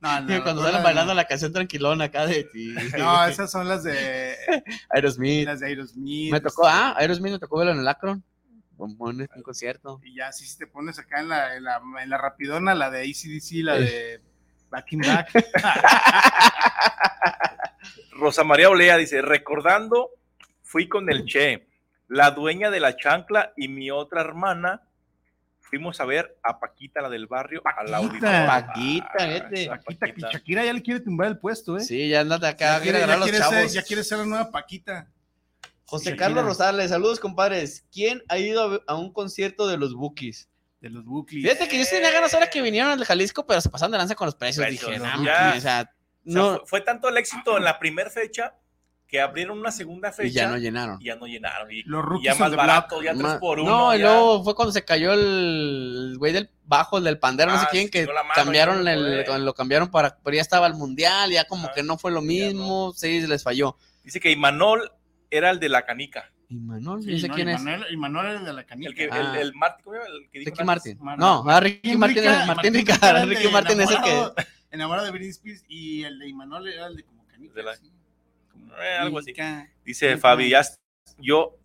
Speaker 4: no, no,
Speaker 3: Y cuando
Speaker 4: rola
Speaker 3: salen
Speaker 4: de-
Speaker 3: bailando la canción tranquilona acá de ti.
Speaker 4: No, esas son las de
Speaker 3: Aerosmith.
Speaker 4: las de Aerosmith.
Speaker 3: Me tocó, ah, Aerosmith me tocó verlo en el Akron. Un, buen- un concierto.
Speaker 4: este, Y ya, si te pones acá en la, en la, en la rapidona, la de ACDC, la de Back in Back.
Speaker 2: Rosa María Olea dice, recordando, fui con el Che, la dueña de la chancla y mi otra hermana, fuimos a ver a Paquita, la del barrio, a la Ah, auditorio.
Speaker 3: Paquita, vete.
Speaker 4: Paquita, que Shakira ya le quiere tumbar el puesto, ¿eh?
Speaker 3: Sí, ya andate acá,
Speaker 4: Ya
Speaker 3: viene
Speaker 4: quiere,
Speaker 3: a agarrar
Speaker 4: ya
Speaker 3: a los
Speaker 4: quiere ser,
Speaker 3: chavos.
Speaker 4: ya quiere ser la nueva Paquita.
Speaker 3: José
Speaker 4: Shakira.
Speaker 3: Carlos Rosales, saludos compadres. ¿Quién ha ido a, a un concierto de los Bookies?
Speaker 4: De los Bookies.
Speaker 3: Fíjate que yo tenía ganas ahora que vinieron al Jalisco, pero se pasaron de lanza con los precios.
Speaker 2: Precios,
Speaker 3: Dije,
Speaker 2: ¿no?
Speaker 3: "No,
Speaker 2: Ya.
Speaker 3: mames,
Speaker 2: O
Speaker 3: o sea,
Speaker 2: sea,
Speaker 3: no".
Speaker 2: fue, fue tanto el éxito en la primera fecha que abrieron una segunda fecha.
Speaker 3: Y ya no llenaron.
Speaker 2: Y ya no llenaron. Y,
Speaker 4: Los
Speaker 2: y
Speaker 4: rookies
Speaker 2: ya
Speaker 4: on
Speaker 2: más
Speaker 4: the
Speaker 2: barato,
Speaker 4: block.
Speaker 2: ya tres
Speaker 3: Ma-
Speaker 2: por uno.
Speaker 3: No, y
Speaker 2: ya.
Speaker 3: luego fue cuando se cayó el el güey del bajo, el del pandero, no
Speaker 2: Ah,
Speaker 3: sé quién,
Speaker 2: se
Speaker 3: que
Speaker 2: tiró la mano y
Speaker 3: cambiaron
Speaker 2: no Ah,
Speaker 3: el,
Speaker 2: pude.
Speaker 3: lo cambiaron para, pero ya estaba el mundial, ya como que no fue lo mismo, sí, les falló.
Speaker 2: Dice que Imanol era el de la canica.
Speaker 3: Y Manuel,
Speaker 4: Sí,
Speaker 3: no sé
Speaker 4: no,
Speaker 3: quién
Speaker 4: y
Speaker 3: es.
Speaker 4: Manuel, y Manuel era el de la canica.
Speaker 2: El que,
Speaker 3: Ah.
Speaker 2: el, el Martin, ¿cómo se llama? El que dijo
Speaker 3: Ricky
Speaker 2: antes.
Speaker 3: Martin.
Speaker 4: Manuel.
Speaker 3: No, ah, Ricky Martin,
Speaker 4: Rica-
Speaker 3: Martin, Ricky,
Speaker 4: Rica era el de
Speaker 3: Ricky Martin es el que.
Speaker 4: enamorado- Enamorado de Britney Spears y el de Imanol era el de como canica.
Speaker 2: De la-
Speaker 4: sí,
Speaker 2: Eh, algo así.
Speaker 4: canica.
Speaker 2: Dice
Speaker 4: Rica.
Speaker 2: Fabi, ya est- yo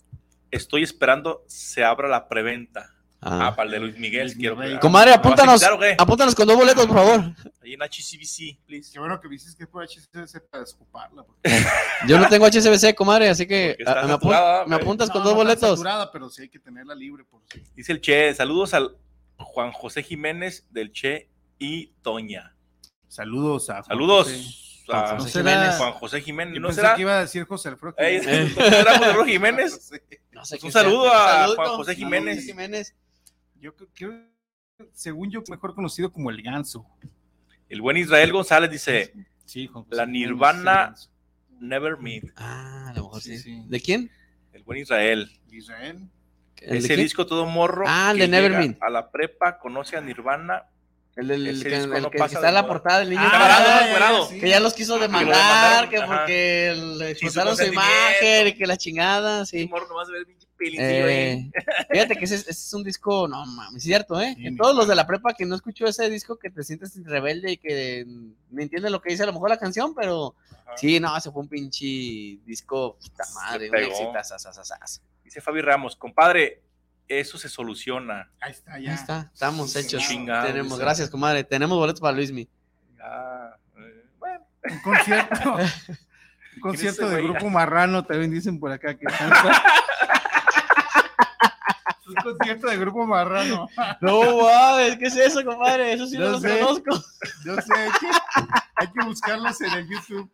Speaker 2: estoy esperando se abra la preventa.
Speaker 3: Ah.
Speaker 2: Ah, para el de Luis Miguel, quiero. que-
Speaker 3: Comadre,
Speaker 2: ¿Me vas a
Speaker 3: apúntanos, Ah.
Speaker 2: invitar o qué?
Speaker 3: apúntanos con dos boletos, por favor.
Speaker 2: Ahí en HCBC, please.
Speaker 4: Qué bueno que dices que fue HCC para escuparla. porque-
Speaker 3: Yo no tengo HSBC, comadre, así que
Speaker 2: Porque está
Speaker 3: ah, me, apun-
Speaker 2: saturada,
Speaker 3: me
Speaker 2: güey.
Speaker 3: apuntas
Speaker 4: No,
Speaker 3: con dos
Speaker 4: no está
Speaker 3: boletos.
Speaker 4: saturada, pero sí hay que tenerla libre. Por si.
Speaker 2: Dice el Che, saludos al Juan José Jiménez del Che y Toña.
Speaker 4: Saludos a Juan
Speaker 2: Saludos
Speaker 4: José.
Speaker 2: a
Speaker 4: ¿No
Speaker 2: José
Speaker 4: será-
Speaker 2: Jiménez. Juan José Jiménez.
Speaker 4: Yo
Speaker 2: ¿No
Speaker 4: pensé
Speaker 2: será?
Speaker 4: que iba a decir José Alfredo.
Speaker 2: Ey,
Speaker 4: Jiménez.
Speaker 2: ¿no será José Alfredo Jiménez?
Speaker 3: No
Speaker 2: Pues
Speaker 3: sé
Speaker 2: Un
Speaker 3: quién
Speaker 2: saludo
Speaker 3: sea.
Speaker 2: a
Speaker 3: Saludo
Speaker 2: Juan José
Speaker 3: a
Speaker 2: Jiménez.
Speaker 3: Jiménez.
Speaker 4: Yo creo que, según yo, mejor conocido como el ganso.
Speaker 2: El buen Israel González dice:
Speaker 4: Sí, pues, Juan José
Speaker 2: La
Speaker 4: Jiménez,
Speaker 2: Nirvana Never Me.
Speaker 3: Ah, a lo mejor sí. ¿De quién?
Speaker 2: El buen Israel.
Speaker 4: Israel.
Speaker 3: ¿El de
Speaker 2: Ese
Speaker 3: quién?
Speaker 2: disco todo morro.
Speaker 3: Ah, el
Speaker 2: que
Speaker 3: de Never
Speaker 2: llega
Speaker 3: Mind.
Speaker 2: A la prepa conoce a Nirvana.
Speaker 3: El, del-
Speaker 2: Ese
Speaker 3: que-
Speaker 2: disco
Speaker 3: el
Speaker 2: no
Speaker 3: que
Speaker 2: pasa
Speaker 3: está
Speaker 2: de
Speaker 3: en la
Speaker 2: moda.
Speaker 3: portada del niño
Speaker 2: Ah,
Speaker 3: encuerado,
Speaker 2: encuerado, encuerado.
Speaker 3: que ya los quiso
Speaker 2: Que lo
Speaker 3: demandar,
Speaker 2: demandaron,
Speaker 3: que
Speaker 2: ajá.
Speaker 3: porque le
Speaker 2: Sí, su
Speaker 3: explotaron su
Speaker 2: consentimiento.
Speaker 3: imagen y que la chingada, sí.
Speaker 2: Morro nomás ve el pinche pelincillo ahí.
Speaker 3: Eh, fíjate que ese, es- ese es un disco, no mames, cierto, ¿eh? En todos los de la prepa que no escuchó ese disco, que te sientes rebelde y que no entiendes lo que dice a lo mejor la canción, pero sí, no, se fue un pinche disco, puta madre, un
Speaker 2: pegó.
Speaker 3: exitazazazazazo.
Speaker 2: Dice Fabi Ramos, compadre, eso se soluciona.
Speaker 4: Ahí está,
Speaker 3: Ahí está, estamos hechos.
Speaker 2: Chingado,
Speaker 3: Tenemos,
Speaker 2: dice.
Speaker 3: gracias, comadre. Tenemos boletos para Luismi.
Speaker 2: Ah, eh, bueno.
Speaker 4: Un concierto. Un concierto
Speaker 2: ese
Speaker 4: de
Speaker 2: güey?
Speaker 4: Grupo Marrano, también dicen por acá que Es Un concierto de Grupo Marrano.
Speaker 3: No mames, ¿qué es eso, compadre? Eso sí no,
Speaker 4: No
Speaker 3: los
Speaker 4: sé.
Speaker 3: conozco.
Speaker 4: Yo sé, hay que, hay que buscarlos en el YouTube.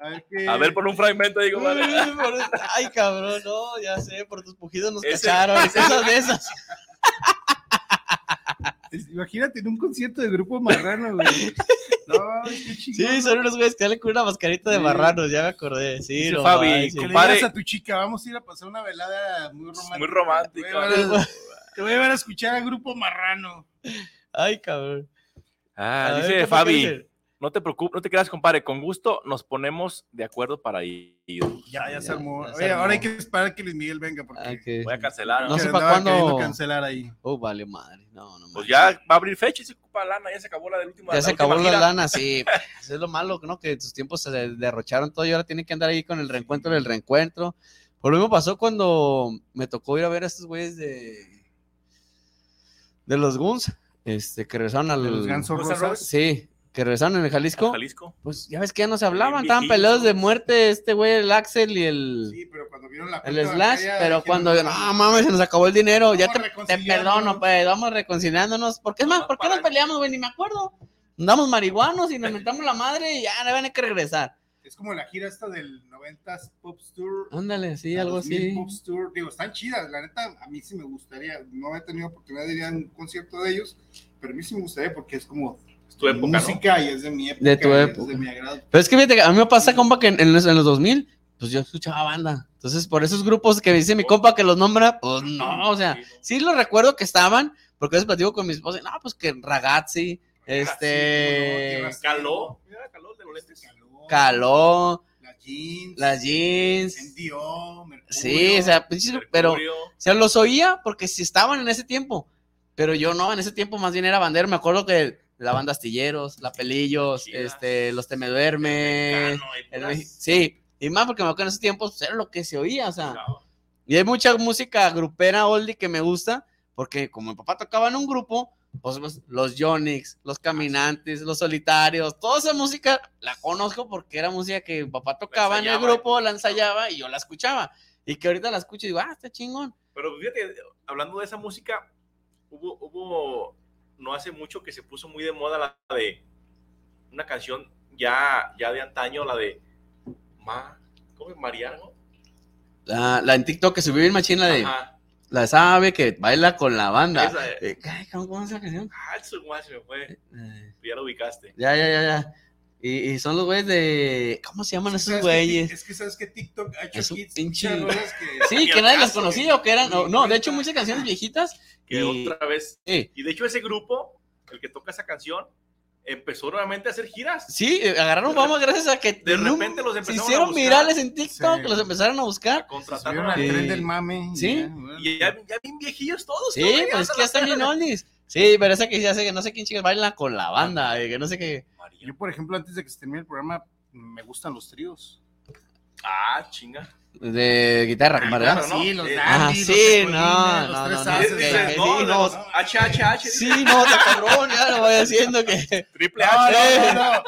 Speaker 4: A ver qué.
Speaker 2: A ver, por un fragmento, digo,
Speaker 3: Uy,
Speaker 2: compadre.
Speaker 3: por- Ay, cabrón, no, ya sé, por tus pujidos nos
Speaker 2: Ese-
Speaker 3: cacharon.
Speaker 2: ese-
Speaker 3: Cosas de esas.
Speaker 4: Imagínate en un concierto de Grupo Marrano, güey. No, qué chingón.
Speaker 3: Sí, son unos güeyes que salen con una mascarita de
Speaker 4: Sí.
Speaker 3: marranos, ya me acordé. Sí,
Speaker 4: Dice
Speaker 3: no
Speaker 4: Fabi,
Speaker 3: manches.
Speaker 4: que le
Speaker 3: Compadre,
Speaker 4: digas a tu chica, vamos a ir a pasar una velada muy romántica.
Speaker 2: Muy romántica.
Speaker 4: Te voy a llevar a- Te voy a llevar a escuchar al Grupo Marrano.
Speaker 3: Ay, cabrón.
Speaker 2: Ah,
Speaker 3: A ver,
Speaker 2: dice
Speaker 3: ¿cómo
Speaker 2: Fabi,
Speaker 3: dice?
Speaker 2: no te preocupes, no te creas, compadre, con gusto nos ponemos de acuerdo para ir.
Speaker 4: Pues Ya, ya, se armó.
Speaker 3: ya se
Speaker 4: Oye,
Speaker 3: armó.
Speaker 4: ahora hay que esperar que Luis Miguel venga porque
Speaker 3: Ay, que-
Speaker 2: Voy a cancelar.
Speaker 3: No
Speaker 4: que
Speaker 3: sé para
Speaker 4: andaba queriendo
Speaker 3: cuándo.
Speaker 4: cancelar ahí.
Speaker 3: Ah, Oh, vale, madre. No, no
Speaker 2: Pues
Speaker 3: mames.
Speaker 2: ya va a abrir fecha y se ocupa lana, ya se acabó la del último.
Speaker 3: Ya se acabó la lana, sí. Eso es lo malo, ¿no? Que tus tiempos se de- derrocharon todo y ahora tienen que andar ahí con el reencuentro del reencuentro. Por lo mismo pasó cuando me tocó ir a ver a estos güeyes de. de los Guns, este, que regresaron al.
Speaker 4: De los Gansos
Speaker 3: Pues
Speaker 2: Guns N'
Speaker 4: Rosas.
Speaker 2: Roses.
Speaker 3: Sí, que regresaron en el Jalisco.
Speaker 2: Jalisco.
Speaker 3: Pues ya ves que ya no se hablaban,
Speaker 2: Bien
Speaker 3: estaban peleados de muerte este güey, el Axel y el.
Speaker 4: Eh, Sí, pero cuando vieron la
Speaker 3: El
Speaker 4: cuenta
Speaker 3: slash,
Speaker 4: bancaria,
Speaker 3: pero
Speaker 4: dijeron,
Speaker 3: cuando no mames, se nos acabó el dinero, ya te, te perdono,
Speaker 4: reconciliándonos".
Speaker 3: pues vamos reconciliándonos. ¿Por qué es más? ¿Por qué nos peleamos, güey? Ni me acuerdo. Andamos marihuanos y nos mentamos la madre y ya no van a que regresar.
Speaker 4: Es como la gira esta del 90s Pop Tour.
Speaker 3: Ándale, sí,
Speaker 4: a
Speaker 3: algo
Speaker 4: 2000
Speaker 3: así.
Speaker 4: Pops Tour. Digo, están chidas, la neta, a mí sí me gustaría, no he tenido oportunidad de ir a un concierto de ellos, pero a mí sí me gustaría porque es como
Speaker 2: Es tu época, ¿no?
Speaker 4: música y es de mi época.
Speaker 3: De tu
Speaker 4: y es
Speaker 3: época.
Speaker 4: de mi agrado.
Speaker 3: Pero es que fíjate, que a mí me pasa, compa, que en, en los, en los 2000, pues yo escuchaba banda. Entonces, por esos grupos que dice mi compa que los nombra, pues no, o sea, sí los recuerdo que estaban, porque a veces platico con mi esposa, y, no, pues que ragazzi, este,
Speaker 2: Caló. Mira, caló el de los lentes.
Speaker 3: caló,
Speaker 4: Las jeans,
Speaker 3: las jeans.
Speaker 4: MDO, Mercurio.
Speaker 3: Sí, o sea, pinches- pero o
Speaker 2: Mercurio.
Speaker 3: sea, los oía porque sí estaban en ese tiempo, pero yo no, en ese tiempo más bien era bandero, me acuerdo que la banda Astilleros, la Pelillos, este, los Temeduermes, el
Speaker 2: puras-
Speaker 3: Meji- sí, y más porque me acuerdo que en ese tiempo pues, era lo que se oía, o sea, y hay mucha música grupera oldie que me gusta, porque como mi papá tocaba en un grupo, pues, pues, los Yonix, los Caminantes, los Solitarios, toda esa música la conozco porque era música que mi papá tocaba en el
Speaker 2: ensayaba.
Speaker 3: grupo, la ensayaba y yo la escuchaba. Y que ahorita la escucho y digo, ah, está chingón.
Speaker 2: Pero fíjate, hablando de esa música, hubo, hubo no hace mucho que se puso muy de moda la de una canción ya, ya de antaño, la de Ma, ¿cómo es Mariano?
Speaker 3: La, la en TikTok que subió bien machín, la de,
Speaker 2: Ajá.
Speaker 3: la sabe que baila con la banda.
Speaker 2: Esa, eh.
Speaker 3: Eh, ay, ¿cómo- cómo es la canción?
Speaker 2: Ah, su madre se me fue.
Speaker 3: Eh,
Speaker 2: Ya lo ubicaste.
Speaker 3: Ya, ya, ya, ya. Y, y son los güeyes de, ¿cómo se llaman esos güeyes?
Speaker 4: Es que sabes que TikTok ha hecho
Speaker 3: Es un
Speaker 4: hits,
Speaker 3: pinche-
Speaker 4: muchas rolas que-
Speaker 3: Sí, que nadie las conocía o que eran.
Speaker 4: Sí,
Speaker 3: o- no, de hecho, muchas canciones viejitas.
Speaker 2: Que
Speaker 3: y-
Speaker 2: otra vez.
Speaker 3: eh.
Speaker 2: Y de hecho, ese grupo, el que toca esa canción, empezó nuevamente a hacer giras.
Speaker 3: Sí, eh, agarraron fama gracias a que.
Speaker 2: De
Speaker 3: num-
Speaker 2: repente los
Speaker 3: Se
Speaker 2: empezaron a
Speaker 3: hicieron
Speaker 2: buscar.
Speaker 3: virales en
Speaker 4: Sí.
Speaker 3: TikTok, los empezaron a buscar.
Speaker 4: Subieron
Speaker 2: Contrataron a
Speaker 4: al tren
Speaker 3: Sí.
Speaker 4: del mame.
Speaker 3: Sí.
Speaker 4: y ya, bueno.
Speaker 2: Y ya, ya bien viejillos todos. ¿no,
Speaker 3: Sí,
Speaker 2: güey?
Speaker 3: pues es que ya están bien oldies. Sí, pero esa que ya sé que no sé quién chicas baila con la
Speaker 2: Ah.
Speaker 3: banda, eh, que no sé qué.
Speaker 4: Yo, por ejemplo, antes de que se termine el programa, me gustan los tríos.
Speaker 2: Ah, chinga.
Speaker 3: De guitarra, compadre, ¿verdad?
Speaker 2: Ah, Claro, ¿no?
Speaker 4: Sí, los
Speaker 2: Eh,
Speaker 3: Ah,
Speaker 4: dandy, los
Speaker 3: sí,
Speaker 4: tecolines,
Speaker 3: no,
Speaker 4: los
Speaker 3: no,
Speaker 4: tres
Speaker 3: no, no.
Speaker 4: haces,
Speaker 3: Ah, sí,
Speaker 2: dices,
Speaker 3: sí,
Speaker 2: no,
Speaker 3: sí,
Speaker 2: de
Speaker 3: no,
Speaker 2: los- HHH.
Speaker 3: Sí, no, está cabrón, ya lo voy diciendo que.
Speaker 2: Triple
Speaker 4: No,
Speaker 2: H.
Speaker 4: no, no, no.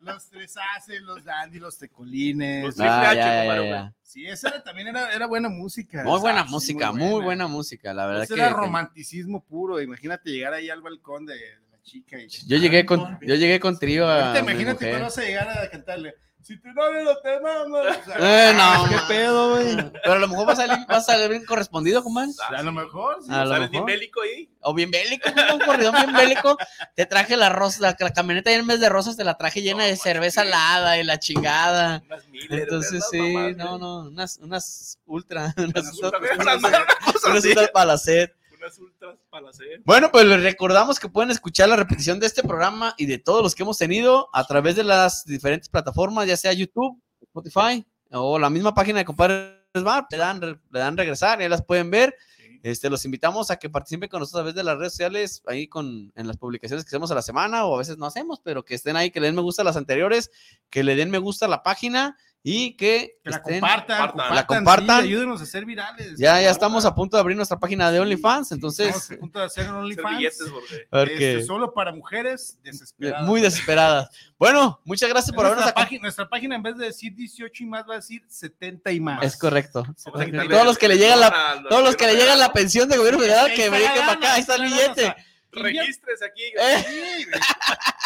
Speaker 4: Los tres haces, los dandy, los
Speaker 2: Los
Speaker 4: tecolines.
Speaker 2: Triple
Speaker 3: Ah,
Speaker 2: H,
Speaker 3: ya, ya,
Speaker 2: compadre,
Speaker 3: ya.
Speaker 2: güey.
Speaker 4: Sí, esa era- también era, era buena música.
Speaker 3: Muy buena
Speaker 4: Sí,
Speaker 3: música, muy buena música, la verdad
Speaker 2: Pues
Speaker 4: Ese
Speaker 3: que.
Speaker 4: era
Speaker 3: que-
Speaker 4: romanticismo puro. Imagínate llegar ahí al balcón de, de la chica. Y,
Speaker 3: Ah, Yo llegué con, yo llegué con trío a.
Speaker 4: Ahorita
Speaker 3: mi
Speaker 4: imagínate
Speaker 3: mujer.
Speaker 4: cuando vas a llegar a cantarle.
Speaker 2: Si tú no eres lo te mamas.
Speaker 3: Eh, no, qué pedo, güey. Pero a lo mejor va a salir, va a salir bien correspondido, Juan.
Speaker 4: A lo mejor.
Speaker 3: A lo
Speaker 2: Sales bien
Speaker 3: mejor.
Speaker 2: bélico ahí.
Speaker 3: O bien bélico, ¿no? un corridón bien bélico. Te traje la rosa, la, la camioneta llena en vez de rosas, te la traje llena de cerveza alada y la chingada. Entonces, sí, no, pues, no, unas, unas ultra, unas ultra, unas, unas ultra palacet.
Speaker 2: Unas ultras para hacer.
Speaker 3: Bueno, pues les recordamos que pueden escuchar la repetición de este programa y de todos los que hemos tenido a través de las diferentes plataformas, ya sea YouTube, Spotify o la misma página de Compadres Bar. Le dan, le dan regresar y ahí las pueden ver. Este, los invitamos a que participen con nosotros a través de las redes sociales, ahí con, en las publicaciones que hacemos a la semana o a veces no hacemos, pero que estén ahí, que le den me gusta a las anteriores, que le den me gusta a la página y que,
Speaker 4: Que la
Speaker 3: estén-
Speaker 4: compartan,
Speaker 3: la
Speaker 4: sí,
Speaker 3: compartan.
Speaker 4: ayúdenos a ser virales.
Speaker 3: Ya, ya estamos a punto de abrir nuestra página de OnlyFans,
Speaker 4: Estamos
Speaker 3: entonces
Speaker 4: a punto de hacer un OnlyFans.
Speaker 2: billetes, Jorge.
Speaker 4: Este,
Speaker 3: Porque-
Speaker 4: solo para mujeres desesperadas.
Speaker 3: Eh, muy desesperadas. Bueno, muchas gracias por habernos
Speaker 4: nuestra,
Speaker 3: acompañado.
Speaker 4: página, nuestra página en vez de decir 18 y más va a decir 70 y más.
Speaker 3: Es correcto.
Speaker 4: Vamos a quitarle-
Speaker 3: Todos los que le llegan
Speaker 4: Ahora,
Speaker 3: la,
Speaker 4: los
Speaker 3: todos los que
Speaker 4: que no
Speaker 3: le llegan
Speaker 4: ganan.
Speaker 3: la pensión de gobierno federal que brinquen para acá, ahí está el billete.
Speaker 2: Registres aquí.
Speaker 3: Eh.
Speaker 4: Sí, güey.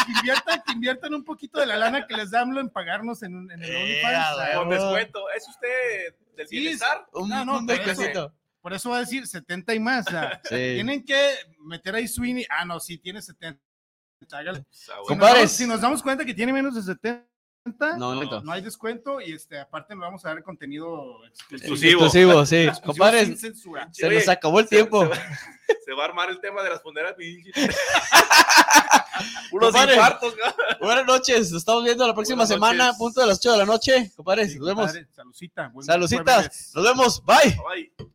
Speaker 4: Que inviertan, que inviertan un poquito de la lana que les da AMLO en pagarnos en, un- en el OnlyFans. Ah,
Speaker 2: Con descuento. ¿Es usted del
Speaker 4: Sí,
Speaker 2: bienestar?
Speaker 4: no, no, por eso, por eso va a decir 70 y más. o sea,
Speaker 3: Sí.
Speaker 4: Tienen que meter ahí Sweeney. Ah, no, sí, tiene 70. Hágale. Si nos
Speaker 3: Compadres.
Speaker 4: damos- Si nos damos cuenta que tiene menos de 70,
Speaker 3: No, neto.
Speaker 4: no hay descuento y este aparte le vamos a dar contenido
Speaker 3: Exclusivo. Exclusivo, sí. Compadres,
Speaker 4: sin censura.
Speaker 3: se nos acabó el tiempo.
Speaker 2: Se va a armar el tema de las funerarias. Unos
Speaker 3: Compadre,
Speaker 2: infartos, ¿no?
Speaker 3: Buenas noches, nos estamos viendo la próxima
Speaker 4: Buenas
Speaker 3: semana,
Speaker 4: noches.
Speaker 3: punto de las 8 de la noche. Compadres, nos vemos.
Speaker 4: Compadre, Salucita. buen
Speaker 3: Salucitas,
Speaker 4: jueves.
Speaker 3: nos vemos. Bye.
Speaker 2: Bye.